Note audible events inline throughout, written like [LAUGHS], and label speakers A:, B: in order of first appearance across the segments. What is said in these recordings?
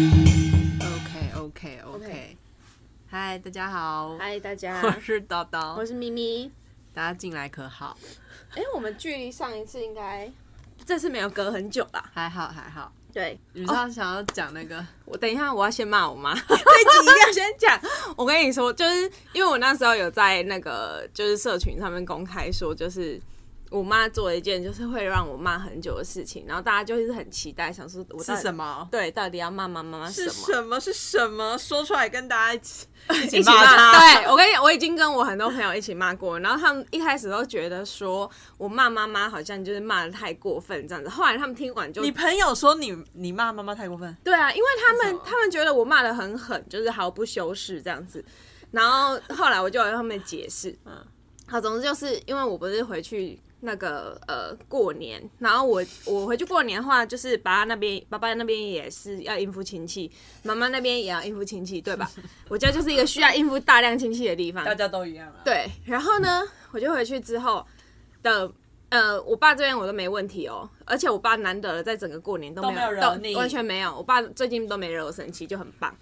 A: OK OK OK，
B: OK
A: 嗨大家好，
B: 嗨，大家，
A: 我是叨叨
B: 我，是咪咪。
A: 大家进来可好？
B: 哎、我们距离上一次应该这次没有隔很久吧？
A: 还好还好。
B: 对，
A: 你知道想要讲那个，
C: 我等一下，我要先骂我
B: [LAUGHS]
C: 妈。这一集一定要先讲。我跟你说，就是因为我那时候有在那个就是社群上面公开说，就是我妈做了一件就是会让我骂很久的事情，然后大家就是很期待，想说我
A: 是
C: 到底
A: 什？么？
C: 对，到底要骂妈妈妈什
B: 是
C: 么？
B: 什么？是什么？说出来跟大家
D: [LAUGHS]
B: 一起。
A: 一
C: 一
A: 起
C: 起
A: 骂他。
C: 对我跟你，我已经跟我很多朋友一起骂过，然后他们一开始都觉得说我骂妈妈好像就是骂的太过分这样子，后来他们听完就
D: 你朋友说你你骂妈妈太过分，
C: 对啊，因为他
B: 为什
C: 们
B: 么
C: 他们觉得我骂的很狠，就是毫不修饰这样子。然后后来我就有跟他们解释，嗯
D: 嗯，
C: 好，总之就是因为我不是回去那个呃过年，然后我我回去过年的话，就是爸爸那边爸爸那边也是要应付亲戚，妈妈那边也要应付亲戚，对吧？我家就是一个需要应付大量亲戚的地方，
D: 大家都一样啊。，
C: 对，然后呢，我就回去之后的，呃，我爸这边我都没问题哦，而且我爸难得的在整个过年都没
D: 都没有惹你
C: 完全没有，我爸最近都没惹我生气，就很棒。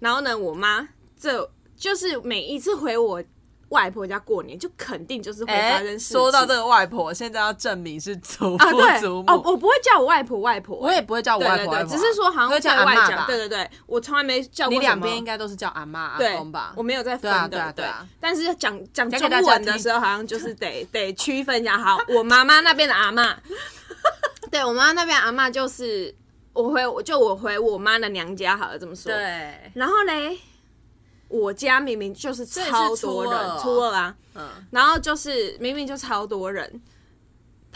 C: 然后呢，我妈这就是每一次回我外婆家过年，就肯定就是会发
D: 哎、
C: 生事情。
D: 说到这个外婆，现在要证明是祖
C: 啊，
D: 父
C: 对，
D: 祖
C: 哦
D: 母，，
C: 我不会叫我外婆外婆、
D: 我也不会叫我
C: 对
D: 外
C: 对
D: 婆
C: 对
D: 外，婆啊
C: 只是说好像
D: 会
C: 会
D: 叫
C: 在外
D: 阿嬷
C: 讲，
D: 吧
C: 对对对，我从来没叫过
D: 你
C: 什
D: 两
C: 么
D: 边应该都是叫阿妈阿
C: 对
D: 公吧？
C: 我没有在分
D: 对啊
C: 的，
D: 对啊对啊
C: 但是讲
D: 讲
C: 讲中
D: 给大家
C: 文
D: 听
C: 的时候，好像就是得得区分一
D: [LAUGHS]
C: 下。好，我妈妈那边的阿嬷， [LAUGHS] 对我妈妈那边的阿嬷就是我回我就我回我妈的娘家好了，这么说。。
D: 对，
C: 然后嘞，我家明明就是
D: 以是
C: 超多
D: 初
C: 人，
D: 二哦
C: 初二啊，
D: 嗯，
C: 然后就是明明就超多人。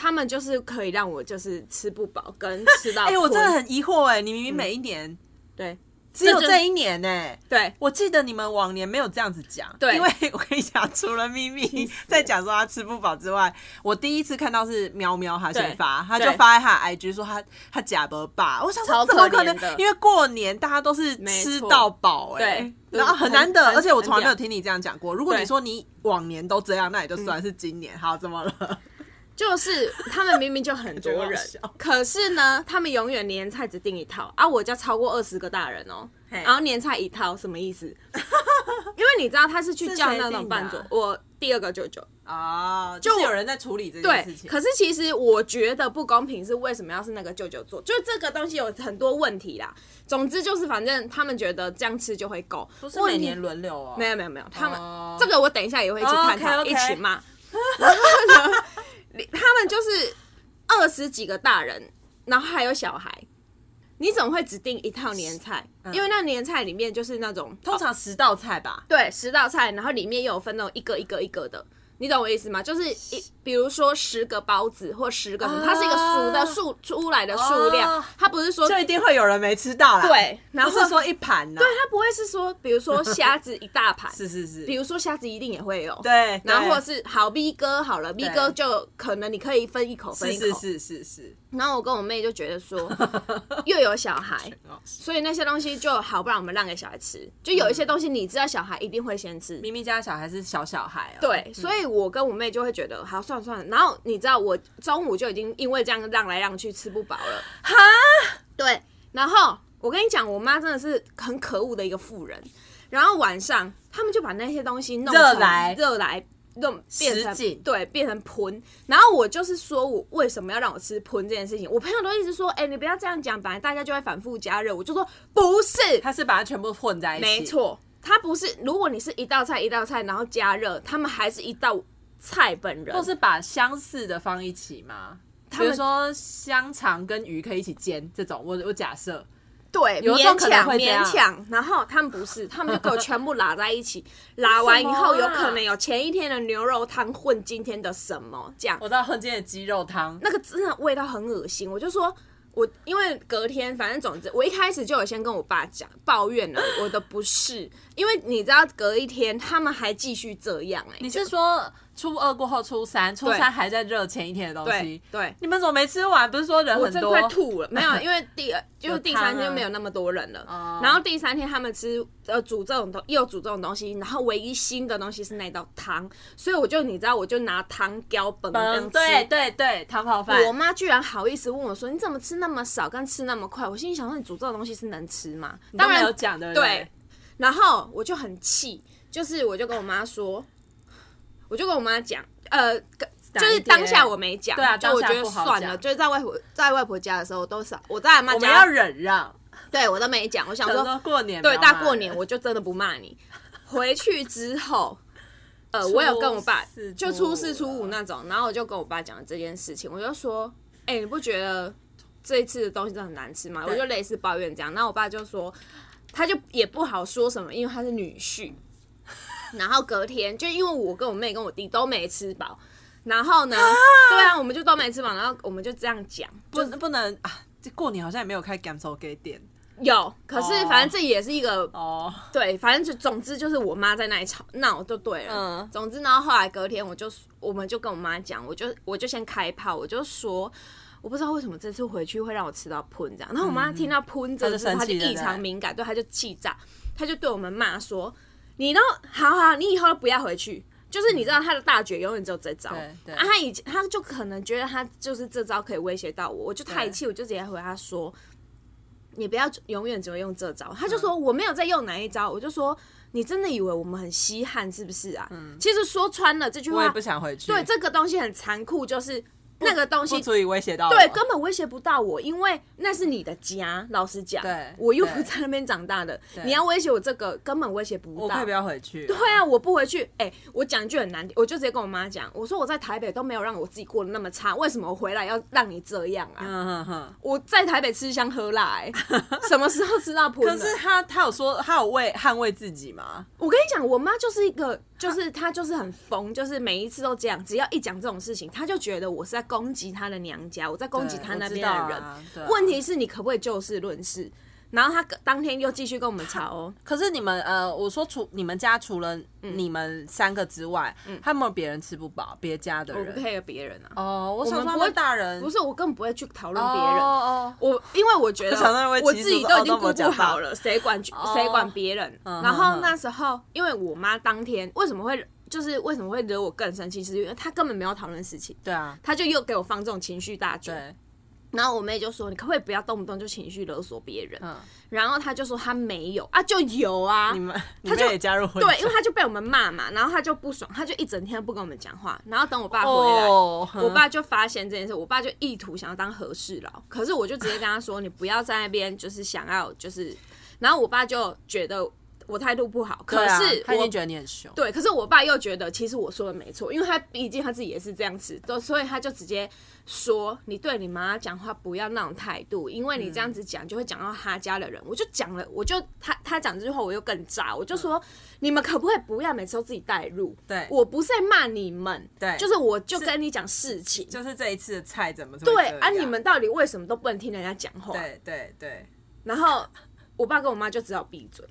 C: 他们就是可以让我就是吃不饱跟吃
D: [LAUGHS]
C: 到
D: 哎、我
C: 困
D: 真的很疑惑哎、你明明每一年、
C: 对
D: 只有
C: 这就
D: 这一年呢、
C: 对
D: 我记得你们往年没有这样子讲，
C: 对
D: 因为 [LAUGHS] 我跟你讲，除了咪咪 [LAUGHS] 在讲说她吃不饱之外，我第一次看到是喵喵她先发，她就
C: 对
D: 发在她的 IG 说她她假不饱，我想
C: 超
D: 说怎么可
C: 可怜的
D: 能？因为过年大家都是
C: 没错
D: 吃到饱哎、
C: 对
D: 然后很难得，
C: 很
D: 而且我从来没有
C: 很
D: 听你这样讲过。如果
C: 对
D: 你说你往年都这样，那也就算是今年、好，怎么了？ [LAUGHS]
C: 就是他们明明就很多
D: 感觉
C: 人
D: [LAUGHS] 好笑，
C: 可是呢，他们永远年菜只订一套啊！我家超过二十个大人哦、
D: 嘿
C: 然后年菜一套什么意思？ [LAUGHS] 因为你知道他是去叫
D: [LAUGHS]
C: 那
D: 是谁订的
C: 种伴奏，我第二个舅舅
D: 啊，就是有人在处理这件
C: 对
D: 事，情。
C: 可是其实我觉得不公平是为什么要是那个舅舅做？就这个东西有很多问题啦。总之就是反正他们觉得这样吃就会够，不
D: 是每年轮流哦，
C: 没有没有没有，他们、
D: 哦
C: 这个我等一下也会一起探讨
D: 哦，OK，OK
C: 一起骂。
D: [LAUGHS]
C: 然后呢你他们就是二十几个大人，然后还有小孩，你怎么会只订一套年菜？
D: 嗯
C: 因为那年菜里面就是那种
D: 通常十道菜吧。
C: 对十道菜，然后里面又有分那种一个一个一个的。你懂我意思吗？就是一，比如说十个包子或十个什么，它是一个数的数出来的数量
D: 啊哦，
C: 它不是说
D: 就一定会有人没吃到啦。
C: 对然后 [LAUGHS]
D: 不是说一盘呐、
C: 对，它不会是说，比如说虾子一大盘，
D: [LAUGHS] 是是是，
C: 比如说虾子一定也会有，
D: 对，
C: 然后或者
D: 对
C: 是好 B 哥好了，B
D: 对
C: 哥就可能你可以分一口分一口。
D: 是是是是是，
C: 然后我跟我妹就觉得说，
D: [LAUGHS]
C: 又有小孩，所以那些东西就好不然我们让给小孩吃。就有一些东西你知道小孩一定会先吃，
D: 咪咪家的小孩是小小孩哦，，
C: 对，所以我跟我妹就会觉得好算了算了。然后你知道我中午就已经因为这样让来让去吃不饱了，哈，对。然后我跟你讲，我妈真的是很可恶的一个妇人。然后晚上他们就把那些东西弄成
D: 热来
C: 热来弄变成
D: 什锦
C: 对变成盆。然后我就是说我为什么要让我吃盆这件事情，我朋友都一直说，哎、你不要这样讲，本来大家就会反复加热。我就说不是，
D: 他是把它全部混在一起，
C: 没，错，它不是，如果你是一道菜一道菜，然后加热，他们还是一道菜本人
D: 或。是把相似的放一起吗？
C: 他
D: 比
C: 们
D: 如说香肠跟鱼可以一起煎这种，我我假设
C: 对，
D: 有的时候
C: 勉
D: 可能
C: 强
D: 会这样
C: 勉强，然后他们不是，他们就给我全部拉在一起，拉完以后
D: 为什
C: 有
D: 么啊
C: 可能有前一天的牛肉汤混今天的什么这样，
D: 我知道混煎的鸡肉汤，
C: 那个真的味道很恶心。我就说。我因为隔天，反正总之，我一开始就有先跟我爸讲抱怨了我的不适，因为你知道隔一天他们还继续这样哎、
D: 你是说
A: 初二过后初三，初三还在热前一天的东
C: 对
A: 西，
C: 对，
A: 你们怎么没吃完？不是说人
C: 我
A: 很
C: 真
A: 多？
C: 快吐了。没有，因为 [LAUGHS] 第二就
A: 有
C: 是第三天
A: 汤啊
C: 就没有那啊么多人了。
A: 哦
C: 然后第三天他们吃呃煮这种东又煮这种东西，然后唯一新的东西是那道汤，所以我就你知道我就拿汤浇本这样
A: 嗯，
C: 吃。
A: 对对对，汤泡饭。
C: 我妈居然好意思问我说：“你怎么吃那么少，跟吃那么快？”我心里想说：“你煮这种东西是能吃吗？”
A: 当
C: 当
A: 然
C: 然
A: 有讲的，
C: 对，然后我就很气，就是我就跟我妈说，我就跟我妈讲，呃，跟
A: 就
C: 就是当下我没讲，
A: 对啊
C: 就我
A: 当下
C: 觉得
A: 不好
C: 算了，
A: 讲
C: 就是在外婆在外婆家的时候，我都是我在阿妈
A: 我们要
C: 家，
A: 忍让。
C: 对我都没讲，我想
A: 想
C: 说，
A: 说过年
C: 对，
A: 不要
C: 大过
A: 骂
C: 年
A: 人
C: 我就真的不骂
A: [LAUGHS]
C: 你。回去之后，呃，
A: 初
C: 我有跟我爸
A: 四，
C: 就
A: 初
C: 初
A: 五啊
C: 四初五那种，然后我就跟我爸讲了这件事情，我就说，哎、你不觉得这一次的东西真的很难吃吗？我就类似抱怨这样，那我爸就说，他就也不好说什么，因为他是女婿。 [LAUGHS] 然后隔天就因为我跟我妹跟我弟都没吃饱，然
A: [LAUGHS]
C: 后呢，对啊，我们就都没吃饱，然后我们就这样讲，
D: 不不能啊，这过年好像也没有开 g a m s o 给点
C: 有，可是
A: 哦
C: 反正这也是一个
D: 哦，
C: 对，反正就总之就是我妈在那里吵闹就对了。
B: 嗯
C: 总之呢，后来隔天我就我们就跟我妈讲，我就我就先开炮，我就说。我不知道为什么这次回去会让我吃到喷这样，然后我妈听到喷这个字，
D: 嗯她就生
C: 她就
D: 气了
C: 异
D: 对不
C: 常
D: 对
C: 敏感，对，她就气炸，她就对我们骂说：“你都好好，你以后都不要回去。”就是你知道她的大绝永远只有这招，
A: 对对
C: 啊，她以前她就可能觉得她就是这招可以威胁到我，我就太气，我就直接回她说：“你不要永远只会用这招。他
D: 嗯
C: 就说我没有在用哪一招，我就说你真的以为我们很稀罕是不是啊？其实说穿了这句
D: 嗯我也
C: 话
D: 不，想回去。
C: 对这个东西很残酷，就是那个东西
D: 不足以威胁到我。
C: 对根本威胁不到我，因为那是你的家。老实讲
D: 对，
C: 我又
D: 对
C: 不在那边长大的，
D: 对
C: 你要威胁我这个根本威胁不
D: 我可
C: 到
D: 以不。要回去。
C: 对啊，我不回去。哎、我讲一句很难听，我就直接跟我妈讲，我说我在台北都没有让我自己过得那么差，为什么我回来要让你这样啊？
D: 嗯哼哼。
C: 我在台北吃香喝辣、欸， [LAUGHS] 什么时候吃到喷了？
D: 可是他他有说他有为捍卫自己吗？
C: 我跟你讲，我妈就是一个，就是她就是很疯，就是每一次都这样，只要一讲这种事情，她就觉得我是在攻击她的娘家，我在攻击她那边的人。
D: 人
C: 问题是你可不可以就事论事？然后她当天又继续跟我们吵哦，
D: 可是你们呃，我说除你们家除了
C: 嗯
D: 你们三个之外，他们有别人吃不饱，别家的
C: 我不
D: 人。
C: 配合别人啊，
D: 哦，我想
C: 们
D: 说他
C: 不会
D: 们大人
C: 不是我根本不会去讨论
D: 哦
C: 别人。
D: 哦
C: 我因为我觉得
D: 我想到会
C: 我
D: 骑
C: 自己
D: 车
C: 都
D: 说
C: 已
D: 哦
C: 经
D: 那
C: 顾
D: 我
C: 不
D: 讲吧
C: 好了，谁管谁管别人？
D: 嗯
C: 然后
D: 嗯
C: 那时候，因为我妈当天为什么会就是为什么会惹我更生气，是因为她根本没有讨论事情，
D: 对啊，
C: 她就又给我放这种情绪大局。
D: 对，
C: 然后我妹就说：“你可不可以不要动不动就情绪勒索别人？”
D: 嗯，
C: 然后她就说她没有啊，就有啊
D: 你。们你
C: 他
D: 们
C: 就
D: 也加入婚
C: 对，因为她就被我们骂嘛，然后她就不爽，她就一整天不跟我们讲话。然后等我爸回来，
D: 哦，
C: 我爸就发现这件事，我爸就意图想要当和事佬，可是我就直接跟他说：“你不要在那边就是想要就是。”然后我爸就觉得我态度不好，可
D: 对啊
C: 是
D: 他已
C: 我
D: 经觉得你很凶，
C: 对，可是我爸又觉得其实我说的没错，因为他毕竟他自己也是这样子，都所以他就直接说：“你对你妈讲话不要那种态度，因为你这样子讲就会讲到他家的人。我就讲了，我就他他讲这句话我又更炸，我就说：“你们可不可以不要每次都自己带入？
D: 嗯对
C: 我不是在骂你们，
D: 对
C: 就是我就跟你讲事情。”
D: 就是这一次的菜怎么这么
C: 对
D: 这
C: 啊，
D: 样
C: 你们到底为什么都不能听人家讲话？
D: 对对对，
C: 然后我爸跟我妈就只好闭嘴。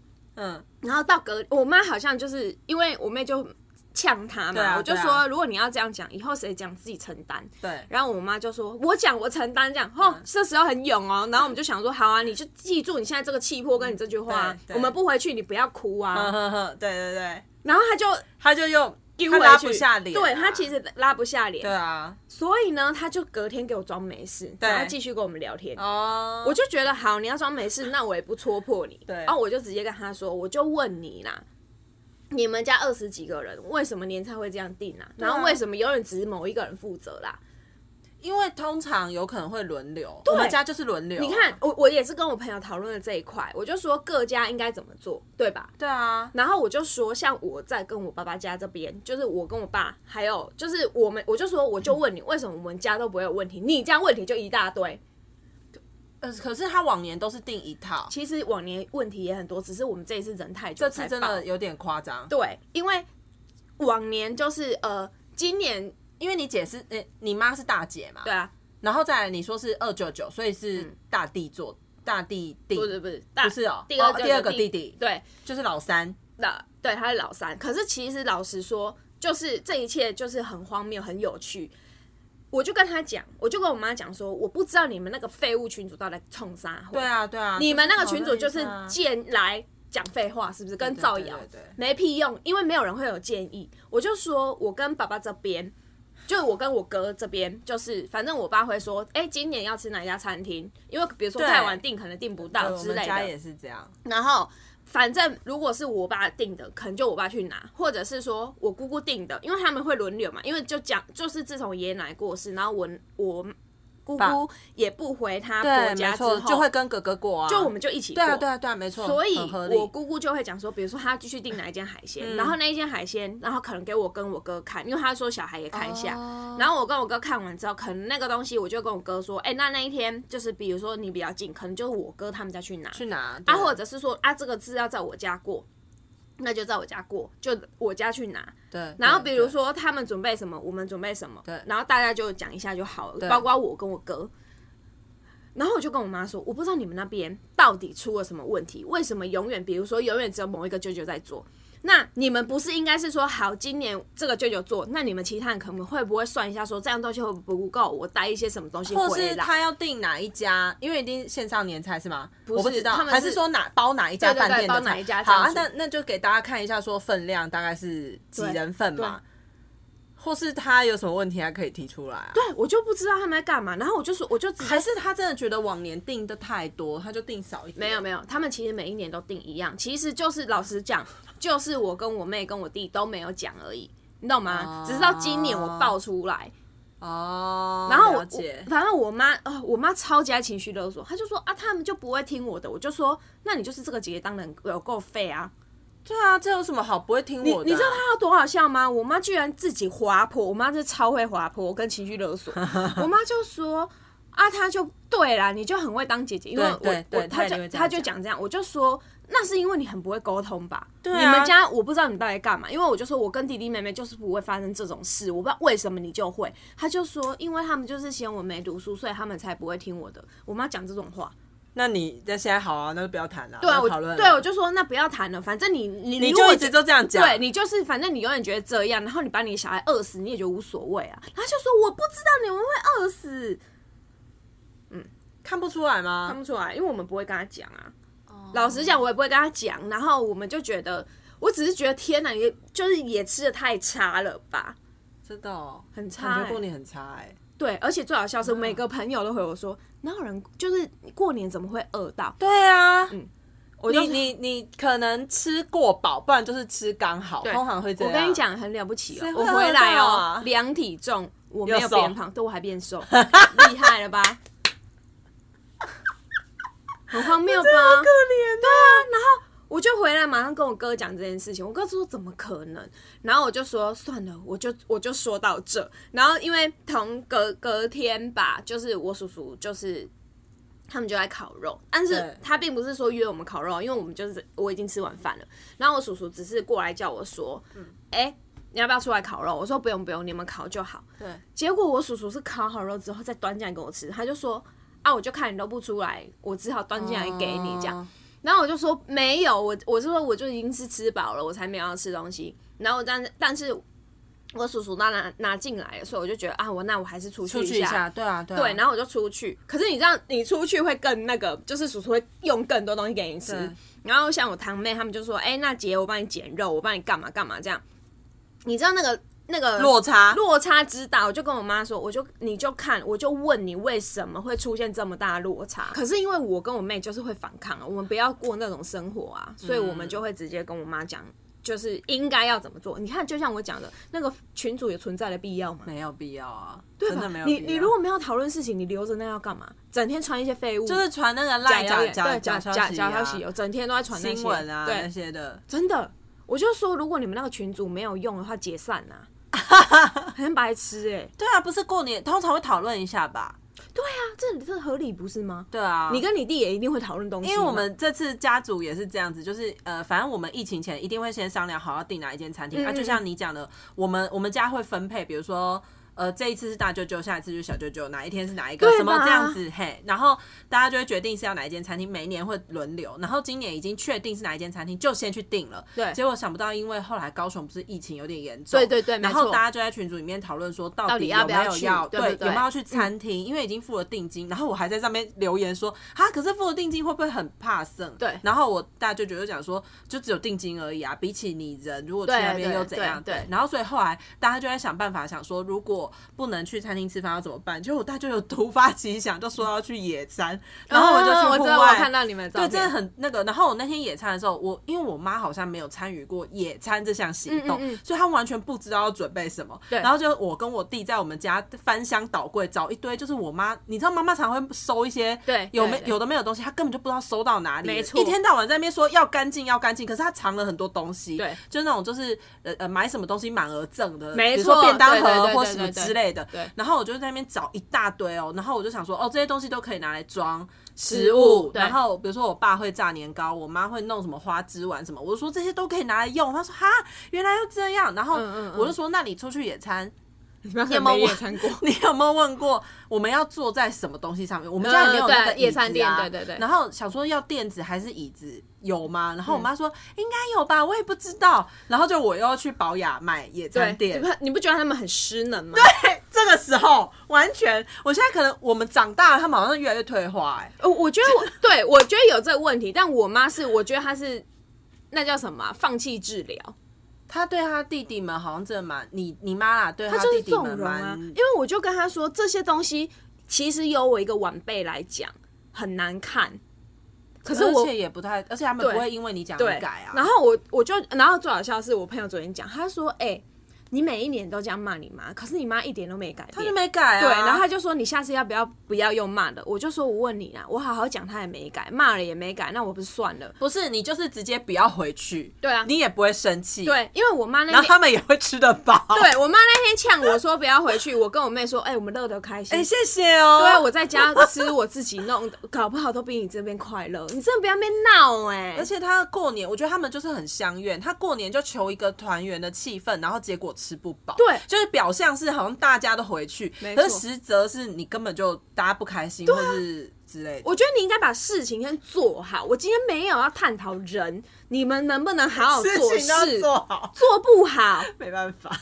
D: 嗯，
C: 然后到隔，我妈好像就是因为我妹就呛她嘛，
D: 对啊
C: 我就
D: 对
C: 说、
D: 啊
C: 如果你要这样讲，以后谁讲自己承担。
D: [LAUGHS] 对，
C: 然后我妈就说：“我讲，我承担。”这样，
D: 嗯
C: 吼，这时候很勇哦。然后我们就想说：“好啊，你就记住你现在这个气魄跟你这句话啊
D: 嗯，对对
C: 我们不回去，你不要哭啊。
D: 嗯哼哼，对对对，”
C: 然后她就
D: 他就又
C: 丢
D: 他
C: 回
D: 拉
C: 去，
D: 不下脸啊，
C: 对她其实拉不下脸
D: 对，啊，
C: 所以呢，她就隔天给我装没事，
D: 对
C: 然后继续跟我们聊天。
D: 哦，
C: 我就觉得好，你要装没事，那我也不戳破你。
D: 对
C: 然后我就直接跟他说，我就问你啦，你们家二十几个人，为什么年菜会这样定啊？然后为什么永远只是某一个人负责啦？
D: 因为通常有可能会轮流，我们家就是轮流，
C: 你看，，我我也是跟我朋友讨论了这一块，我就说各家应该怎么做，对吧？
D: 对啊，
C: 然后我就说，像我在跟我爸爸家这边，就是我跟我爸，还有就是我们，我就说，我就问你，为什么我们家都不会有问题？你家问题就一大堆。
D: 呃，可是他往年都是定一套，
C: 其实往年问题也很多，只是我们这一次人太久，
D: 这次真的有点夸张，
C: 对，因为往年就是呃，今年
D: 因为你姐是，诶，你妈是大姐嘛，
C: 对，啊，
D: 然后再来你说是二九九，所以是大弟做大弟弟，
C: 不是不是，大
D: 不是哦
C: 第二
D: 哦第二个
C: 弟
D: 弟弟
C: 对，
D: 就是老三，
C: 那对他是老三，可是其实老实说，就是这一切就是很荒谬，很有趣。我就跟他讲，我就跟我妈讲说，我不知道你们那个废物群主到底冲啥货。
D: 对啊，对啊，
C: 你们那个群主
D: 主
C: 就是借来讲废话，是不是？跟造谣
D: 啊对对对对
C: 没屁用，因为没有人会有建议。我就说，我跟爸爸这边，就是我跟我哥这边，就是反正我爸会说，哎、今年要吃哪一家餐厅，因为比如说
D: 对
C: 太晚订可能订不到
D: 我
C: 之
D: 们
C: 类
D: 家也
C: 的。
D: 是这样，
C: 然后反正如果是我爸订的，可能就我爸去拿，或者是说我姑姑订的，因为他们会轮流嘛。因为就讲，就是自从爷爷奶奶过世，然后我我姑姑也不回他婆
D: 对，
C: 家
D: 没
C: 之后
D: 错，，就会跟哥哥过啊，
C: 就我们就一起
D: 对啊，
C: 过
D: 对啊，对啊，没错，
C: 所以
D: 很合理嗯
C: 我姑姑就会讲说，比如说她继续订哪一间海鲜，然后那一间海鲜，然后可能给我跟我哥看，因为她说小孩也看一下。
D: 哦
C: 然后我跟我哥看完之后，可能那个东西我就跟我哥说，哎、那那一天就是比如说你比较近，可能就是我哥他们家去拿，
D: 去拿
C: 啊，或者是说啊这个字要在我家过，那就在我家过，就我家去拿。
D: 对，
C: 然后
D: 对
C: 比如
D: 对
C: 说他们准备什么，我们准备什么，
D: 对
C: 然后大家就讲一下就好了，包括我跟我哥。然后我就跟我妈说，我不知道你们那边到底出了什么问题，为什么永远，比如说永远只有某一个舅舅在做。那你们不是应该是说好，今年这个舅舅做，那你们其他人可能会不会算一下说这样东西会不会不够，我带一些什么东西
D: 或
C: 回
D: 是
C: 来？
D: 他要订哪一家，因为一定线上年菜是吗？我不知道，
C: 他们
D: 还
C: 是
D: 是说哪包哪一家
C: 对对对
D: 饭店的
C: 包
D: 菜
C: 哪一家这
D: 好
C: 样
D: 啊，
C: 子
D: 那那就给大家看一下，说分量大概是几
C: 对
D: 人份嘛，或是他有什么问题还可以提出来啊。
C: 对，我就不知道他们在干嘛。然后我就说，我就直接
D: 还是他真的觉得往年订的太多，他就订少一点。
C: 没有没有，他们其实每一年都定一样，其实就是老实讲，就是我跟我妹跟我弟都没有讲而已，你懂吗？
D: 哦
C: 只是到今年我爆出来，
D: 哦，
C: 然后我
D: 了解
C: 我反正我妈哦，我妈超级爱情绪勒索，她就说啊，他们就不会听我的，我就说那你就是这个节当然有够废啊！
D: 对啊，这有什么好不会听
C: 你
D: 我的啊、
C: 你知道她有多好笑吗？我妈居然自己滑坡，我妈是超会滑坡跟情绪
D: [LAUGHS]
C: 勒索，我妈就说。啊，她就对啦，你就很会当姐姐，因为
D: 对
C: 我
D: 对
C: 我
D: 对
C: 她
D: 她一定
C: 就
D: 会这
C: 她
D: 样
C: 就
D: 讲
C: 讲这样，我就说那是因为你很不会沟通吧？
D: 对啊
C: 你们家我不知道你到底干嘛，因为我就说我跟弟弟妹妹就是不会发生这种事，我不知道为什么你就会。他就说，因为他们就是嫌我没读书，所以他们才不会听我的。我妈讲这种话，
D: 那你那现在好啊，那就不要谈了、
C: 对啊，
D: 不
C: 我
D: 要讨论了
C: 对我就说那不要谈了，反正你你
D: 你
C: 如果
D: 就一直都这样讲，
C: 对你就是，反正你永远觉得这样，然后你把你的小孩饿死，你也觉得无所谓啊。他就说我不知道你们会饿死，
D: 看不出来
C: 看
D: 吗？
C: 不出来，因为我们不会跟他讲啊。
D: 哦
C: 老实讲，我也不会跟他讲，然后我们就觉得，我只是觉得天哪，也就是也吃的太差了吧。
D: 真的、哦，很
C: 差
D: 感
C: 欸
D: 觉过年很差哎、
C: 对，而且最好
D: 嗯
C: 笑是，每个朋友都回我说，哪有人就是过年怎么会饿到？
D: 对啊，
C: 我就
D: 你你你可能吃过饱，不然就是吃刚好，通常会这
C: 我
D: 样。
C: 跟你，讲，很了不起哦、
D: 谁会
C: 我回来
D: 饿到 [LAUGHS]
C: 哦、
D: 啊
C: 量体重，我没有
D: 又瘦
C: 变胖，对我还变瘦， [LAUGHS] 厉害
D: [LAUGHS]
C: 了吧？很荒谬吧？啊
D: 可怜啊的、
C: 我就回来马上跟我哥讲这件事情，我哥说怎么可能？然后我就说算了，我就我就说到这。然后因为同隔隔天吧，就是我叔叔就是他们就在烤肉，但是
D: 对
C: 他并不是说约我们烤肉，因为我们就是我已经吃完饭了。然后我叔叔只是过来叫我说，
D: 嗯
C: 哎、你要不要出来烤肉？我说不用不用，你们烤就好。
D: 对，
C: 结果我叔叔是烤好肉之后再端进来给我吃，他就说啊，我就看你都不出来，我只好端进来给你这样。
D: 哦
C: 然后我就说没有，我我是说我就已经是吃饱了，我才没有要吃东西。然后但但是我叔叔拿拿拿进来了，所以我就觉得啊，我那我还是出去
D: 出去一下，对啊，对啊，
C: 对，然后我就出去。可是你知道，你出去会更那个，就是叔叔会用更多东西给你吃
D: 对。
C: 然后像我堂妹他们就说：“哎、那姐，我帮你捡肉，我帮你干嘛干嘛这样。”你知道那个那个
D: 落差
C: 落差之大，我就跟我妈说，我就你就看，我就问你为什么会出现这么大的落差。可是因为我跟我妹就是会反抗啊，我们不要过那种生活啊，所以我们
D: 嗯
C: 就会直接跟我妈讲，就是应该要怎么做。你看，就像我讲的，那个群主有存在的必要吗？
D: 没有必要啊，
C: 对
D: 真
C: 吧
D: 的没？有必
C: 你
D: 要。
C: 你如果没有讨论事情，你留着那要干嘛？整天传一些废物，
D: 就是传那个
C: 假
D: 赖
C: 谣
D: 假
C: 言对假
D: 消
C: 假
D: 息
C: 假
D: 啊
C: 消息，我整天都在传那些
D: 新闻啊那
C: 对，
D: 些的，
C: 真的，我就说如果你们那个群组没有用的话，解散
D: [LAUGHS]
C: 呐、很白痴哎、
D: 对啊，不是过年通常会讨论一下吧？
C: 啊这这合理不是吗？
D: 对啊，
C: 你跟你弟也一定会讨论东西嘛，啊哦
D: 因为我们这次家族也是这样子，就是呃，反正我们疫情前一定会先商量好要订哪一间餐厅、啊，就像你讲的，我们我们家会分配，比如说。呃这一次是大舅舅，下一次就是小舅舅，哪一天是哪一个什么这样子嘿，然后大家就会决定是要哪一间餐厅，每一年会轮流，然后今年已经确定是哪一间餐厅，就先去订了。
C: 对
D: 结果想不到，因为后来高雄不是疫情有点严重，
C: 对对对，
D: 然
C: 没
D: 后
C: 错
D: 大。家就在群组里面讨论说，到
C: 到
D: 底
C: 底
D: 有
C: 要
D: 没
C: 不
D: 有
C: 要
D: 要
C: 去对不对
D: 有没有要去餐厅？因为已经付了定金，然后我还在上面留言说，啊，可是付了定金会不会很怕剩？
C: 对
D: 然后我大舅舅就讲说，就只有定金而已啊，比起你人如果去
C: 对
D: 那边
C: 对
D: 又怎样？
C: 对对
D: 然后所以后来大家就在想办法，想说如果不能去餐厅吃饭要怎么办？结果我大舅舅突发奇想，就说要去野餐，然后我就去
C: 嗯
D: 户外。
C: 我知道，我有看到你们的照
D: 对，
C: 片，
D: 真的很那个。然后我那天野餐的时候，我因为我妈好像没有参与过野餐这项行动，
C: 嗯嗯嗯
D: 所以她完全不知道要准备什么。
C: 对
D: 然后就我跟我弟在我们家翻箱倒柜找一堆，就是我妈，你知道妈妈常会收一些
C: 对
D: 有
C: 对
D: 没
C: 对
D: 有的没有的东西，她根本就不知道收到哪里了，
C: 没错
D: 一天到晚在那边说要干净要干净，可是她藏了很多东西，
C: 对，
D: 就那种就是呃呃买什么东西满额赠的，
C: 没
D: 比如说
C: 错
D: 便当
C: 对对
D: 盒
C: 对
D: 或
C: 对
D: 什么
C: 对对
D: 之类的。
C: 对
D: 然后我就在那边找一大堆哦，然后我就想说，哦，这些东西都可以拿来装食
C: 食
D: 物，
C: 物对
D: 然哦后比如说我爸会炸年糕，我妈会弄什么花枝丸什么，我就说这些都可以拿来用。他说哈，原来要这样。然后
C: 嗯嗯
D: 我就说，那你出去野餐，
C: 你们
D: 你有没有
C: 野
D: 问
C: 餐过？
D: [LAUGHS] 你有没有问过我们要坐在什么东西上面？我们家也没有
C: 嗯对
D: 那个椅子啊、
C: 野餐垫对对对
D: 然后想说要垫子还是椅子有吗？然后我
C: 嗯
D: 妈说、应该有吧，我也不知道。然后就我又要去宝雅买野餐
C: 对，
D: 垫
C: 你。不你不觉得他们很失能吗？
D: 这个时候完全，我现在可能我们长大了，他们好像越来越退化、哎，
C: 呃，我觉得我 [LAUGHS] 对我觉得有这个问题，但我妈是我觉得她是那叫什么啊、放弃治疗，
D: 他对他弟弟们好像真的蛮，你你妈啦，对
C: 她
D: 他
C: 就是
D: 弟弟
C: 纵
D: 们
C: 容啊。
D: 蛮
C: 因，为我就跟她说这些东西其实由我一个晚辈来讲很难看，可是我
D: 而且也不太，而且他们
C: 对
D: 不会因为你讲
C: 对
D: 而改啊。
C: 然后我我就然后最好笑的是我朋友昨天讲，他说哎、你每一年都这样骂你妈，可是你妈一点都没改变，
D: 他就没改啊，
C: 对，然后他就说你下次要不要不要用骂的？我就说我问你啦，啊我好好讲，他也没改，骂了也没改，那我不是算了？
D: 不是你就是直接不要回去，
C: 对啊
D: 你也不会生气，。
C: 对，因为我妈那
D: 然后
C: 天。
D: 他们也会吃得饱，
C: [LAUGHS] 对我妈那天呛我说不要回去，我跟我妹说，哎、我们乐得开
D: [LAUGHS]
C: 心。
D: 哎、谢谢哦。
C: 对啊，我在家吃我自己弄的，搞不好都比你这边快乐。你真的不要被闹哎、
D: 而且他过年，我觉得他们就是很相怨，他过年就求一个团圆的气氛，然后结果吃不饱。
C: 对
D: 就是表象是好像大家都回去，
C: 没
D: 可是
C: 错啊
D: 实则是你根本就大家不开心，或是之类的。
C: 我觉得你应该把事情先做好。我今天没有要探讨人，你们能不能好好做
E: 事情都要
C: 事？
E: 做好，
C: 做不好，
E: 没办法。
C: 对，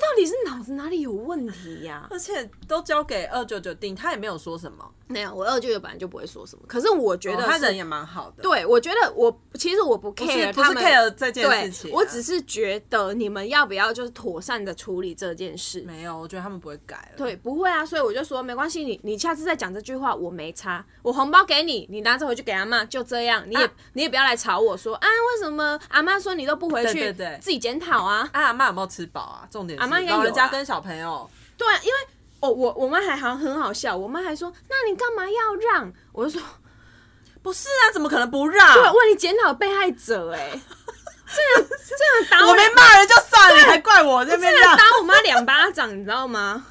C: 到底是脑子哪里有问题呀、
D: 而且都交给二九九定，他也没有说什么，
C: 没有，我二舅舅本来就不会说什么，可是我觉得
D: 哦他
C: 是
D: 人也蛮好的。
C: 对，我觉得我其实我不 care
D: 是不
C: 他
D: 是
C: 们
D: care 这件
C: 对
D: 事情、啊？
C: 我只是觉得你们要不要就是妥善的处理这件事。
D: 没有，我觉得他们不会改了。
C: 对，不会啊，所以我就说没关系，你你下次再讲这句话，我没差，我红包给你，你拿着回去给阿妈，就这样，你也、
D: 啊
C: 你也不要来吵我说啊，为什么阿妈说你都不回去，
D: 对对对
C: 自己检讨啊。
D: 啊，阿妈有没有吃饱啊？重点是
C: 阿嬷应该有
D: 老人家
C: 啊
D: 跟小朋友，
C: 对，因为哦，我我妈还好很好笑，我妈还说，那你干嘛要让？我就说，
D: 不是啊，怎么可能不让？
C: 对，问你检讨被害者、欸，哎，这样这样打
D: 我没骂人就算了，你还怪我这
C: 真
D: 边
C: 的
D: 让，
C: 打我妈两巴掌，你知道吗？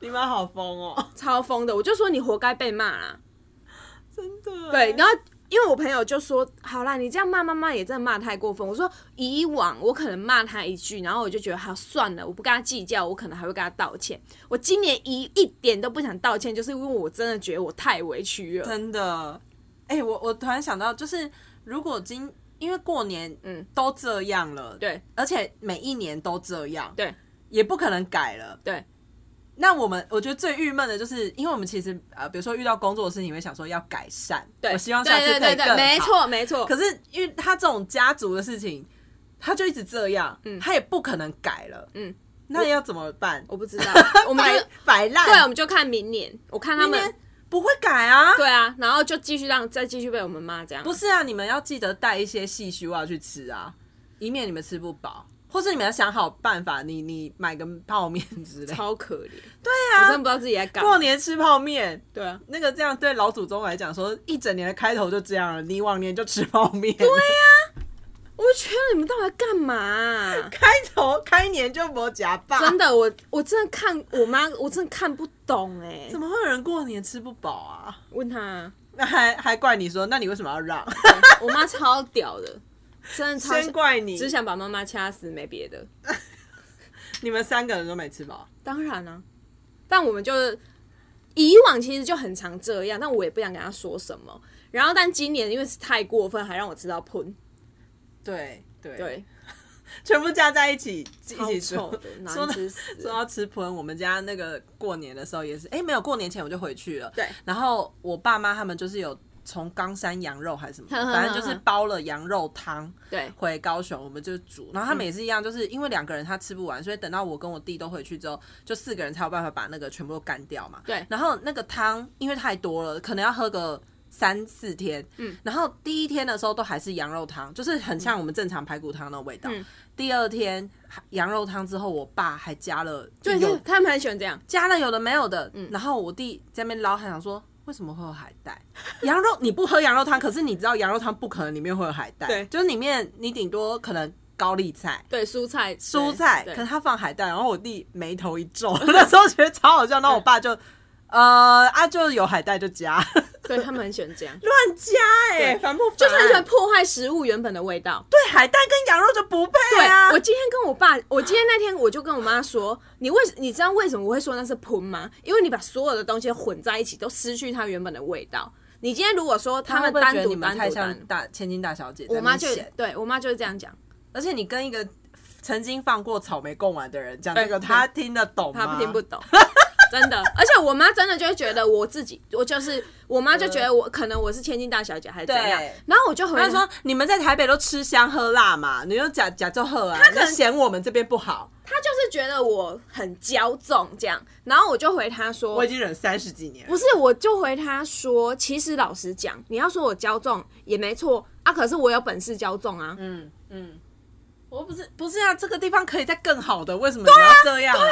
E: 你们好疯
C: [LAUGHS]
E: 哦，
C: 超疯的，我就说你活该被骂啦。
E: 真的。
C: 对，，然后因为我朋友就说，好啦，你这样骂妈妈也真的骂太过分。我说以往我可能骂她一句，然后我就觉得好算了，我不跟她计较，我可能还会跟她道歉。我今年一一点都不想道歉，就是因为我真的觉得我太委屈了。
D: 真的。哎、我我突然想到，就是如果今因为过年，嗯
C: 嗯，
D: 都这样了，，
C: 对
D: 而且每一年都这样，
C: 对，
D: 也不可能改了。
C: 对，
D: 那我们我觉得最郁闷的就是，因为我们其实呃，比如说遇到工作的事情，会想说要改善，
C: 对，
D: 我希望下次可以
C: 对对对
D: 更
C: 对，没
D: 好
C: 错没错。
D: 可是因为他这种家族的事情，他就一直这样，
C: 嗯
D: 他也不可能改了，
C: 嗯，
D: 那要怎么办？
C: 我不知道， [LAUGHS] 我们就
D: 摆摆烂，
C: 对，我们就看明年，我看他
D: 明
C: 们
D: 年不会改啊。
C: 对啊，然后就继续让再继续被我们骂这样。
D: 不是啊，你们要记得带一些细须袜去吃啊，以免你们吃不饱，或是你们要想好办法，你你买个泡面之类。
C: 超可怜。对啊，我真的不知道自己在干嘛。
D: 过年吃泡面，
C: 对啊，
D: 那个这样对老祖宗来讲说，一整年的开头就这样了，你往年就吃泡面，对啊呀、
C: 我就觉得你们到底在干嘛啊、
D: 开头开年就没夹吧，
C: 真的，我我真的看我妈，我真的看不懂哎、
D: 怎么会有人过年吃不饱啊？
C: 问她，
D: 那还还怪你说，那你为什么要让？
C: 对我妈超屌的，真的超
D: [LAUGHS] 先怪你，
C: 只想把妈妈掐死，没别的。
D: 你们三个人都没吃饱，
C: 当然啊，但我们就是以往其实就很常这样，但我也不想跟他说什么。然后，但今年因为是太过分，还让我吃到喷，
A: 对对
C: 对，
D: 全部加在一起一起
C: 超
D: 煮
C: 臭
D: [LAUGHS]
C: 的，难
D: 说到
C: 吃死了
D: 说到吃盆，我们家那个过年的时候也是，哎、没有过年前我就回去了。
C: [LAUGHS] 对
D: 然后我爸妈他们就是有从冈山羊肉还是什 [LAUGHS] 么，
C: 呵呵
D: 反正就是包了羊肉汤。
C: 对
D: 回高雄，我们就煮，然后他
C: 嗯
D: 们也是一样，就是因为两个人他吃不完，所以等到我跟我弟都回去之后，就四个人才有办法把那个全部都干掉嘛。
C: 对
D: 然后那个汤因为太多了，可能要喝个三四天。嗯。然后第一天的时候都还是羊肉汤，就是很像我们正常排骨汤的味道。
C: 嗯
D: 第二天羊肉汤之后，我爸还加了，就
C: 对，就
D: 有
C: 是他们很喜欢这样，
D: 加了有的没有的，
C: 嗯
D: 然后我弟在那边捞，还想说为什么会有海带？ [LAUGHS] 羊肉你不喝羊肉汤，可是你知道羊肉汤不可能里面会有海带，
C: 对
D: 就是里面你顶多可能高丽菜。
C: 对蔬菜
D: 蔬菜，
C: 对
D: 可是他放海带，然后我弟眉头一皱， [LAUGHS] 那时候觉得超好笑，然后我爸就，呃啊，就有海带就加， [LAUGHS] 乱
C: 对他们很喜欢这样，
D: 加哎、欸，反不
C: 就
D: 就是
C: 很喜欢破坏食物原本的味道。
D: 对海带跟羊肉就不配啊，
C: 我今天跟我爸，我今天那天我就跟我妈说，你为你知道为什么我会说那是喷吗？因为你把所有的东西混在一起，都失去它原本的味道。你今天如果说他
D: 他
C: 们
D: 们会不会
C: 单
D: 觉得
C: 独
D: 你们
C: 单
D: 太
C: 独
D: 像
C: 单独，
D: 大千金大小姐在
C: 我
D: 那边嫌，
C: 妈就对我妈就是这样讲，
D: 而且你跟一个曾经放过草莓贡丸的人讲
C: 对
D: 这个，他听得懂吗？
C: 她听不懂。真的，而且我妈真的就会觉得我自己，我就是我妈就觉得我可能我是千金大小姐还是怎样
D: 对，
C: 然后我就回
D: 他
C: 来
D: 说：“你们在台北都吃香喝辣嘛，你就假假就喝啊，他
C: 可能
D: 嫌我们这边不好。
C: 她就是觉得我很骄纵这样，然后我就回她说，
D: 我已经忍三十几年了，
C: 不是，我就回他说，其实老实讲，你要说我骄纵也没错啊，可是我有本事骄纵啊。
D: 嗯嗯，我不是不是啊，这个地方可以再更好的，为什么你要这样、啊？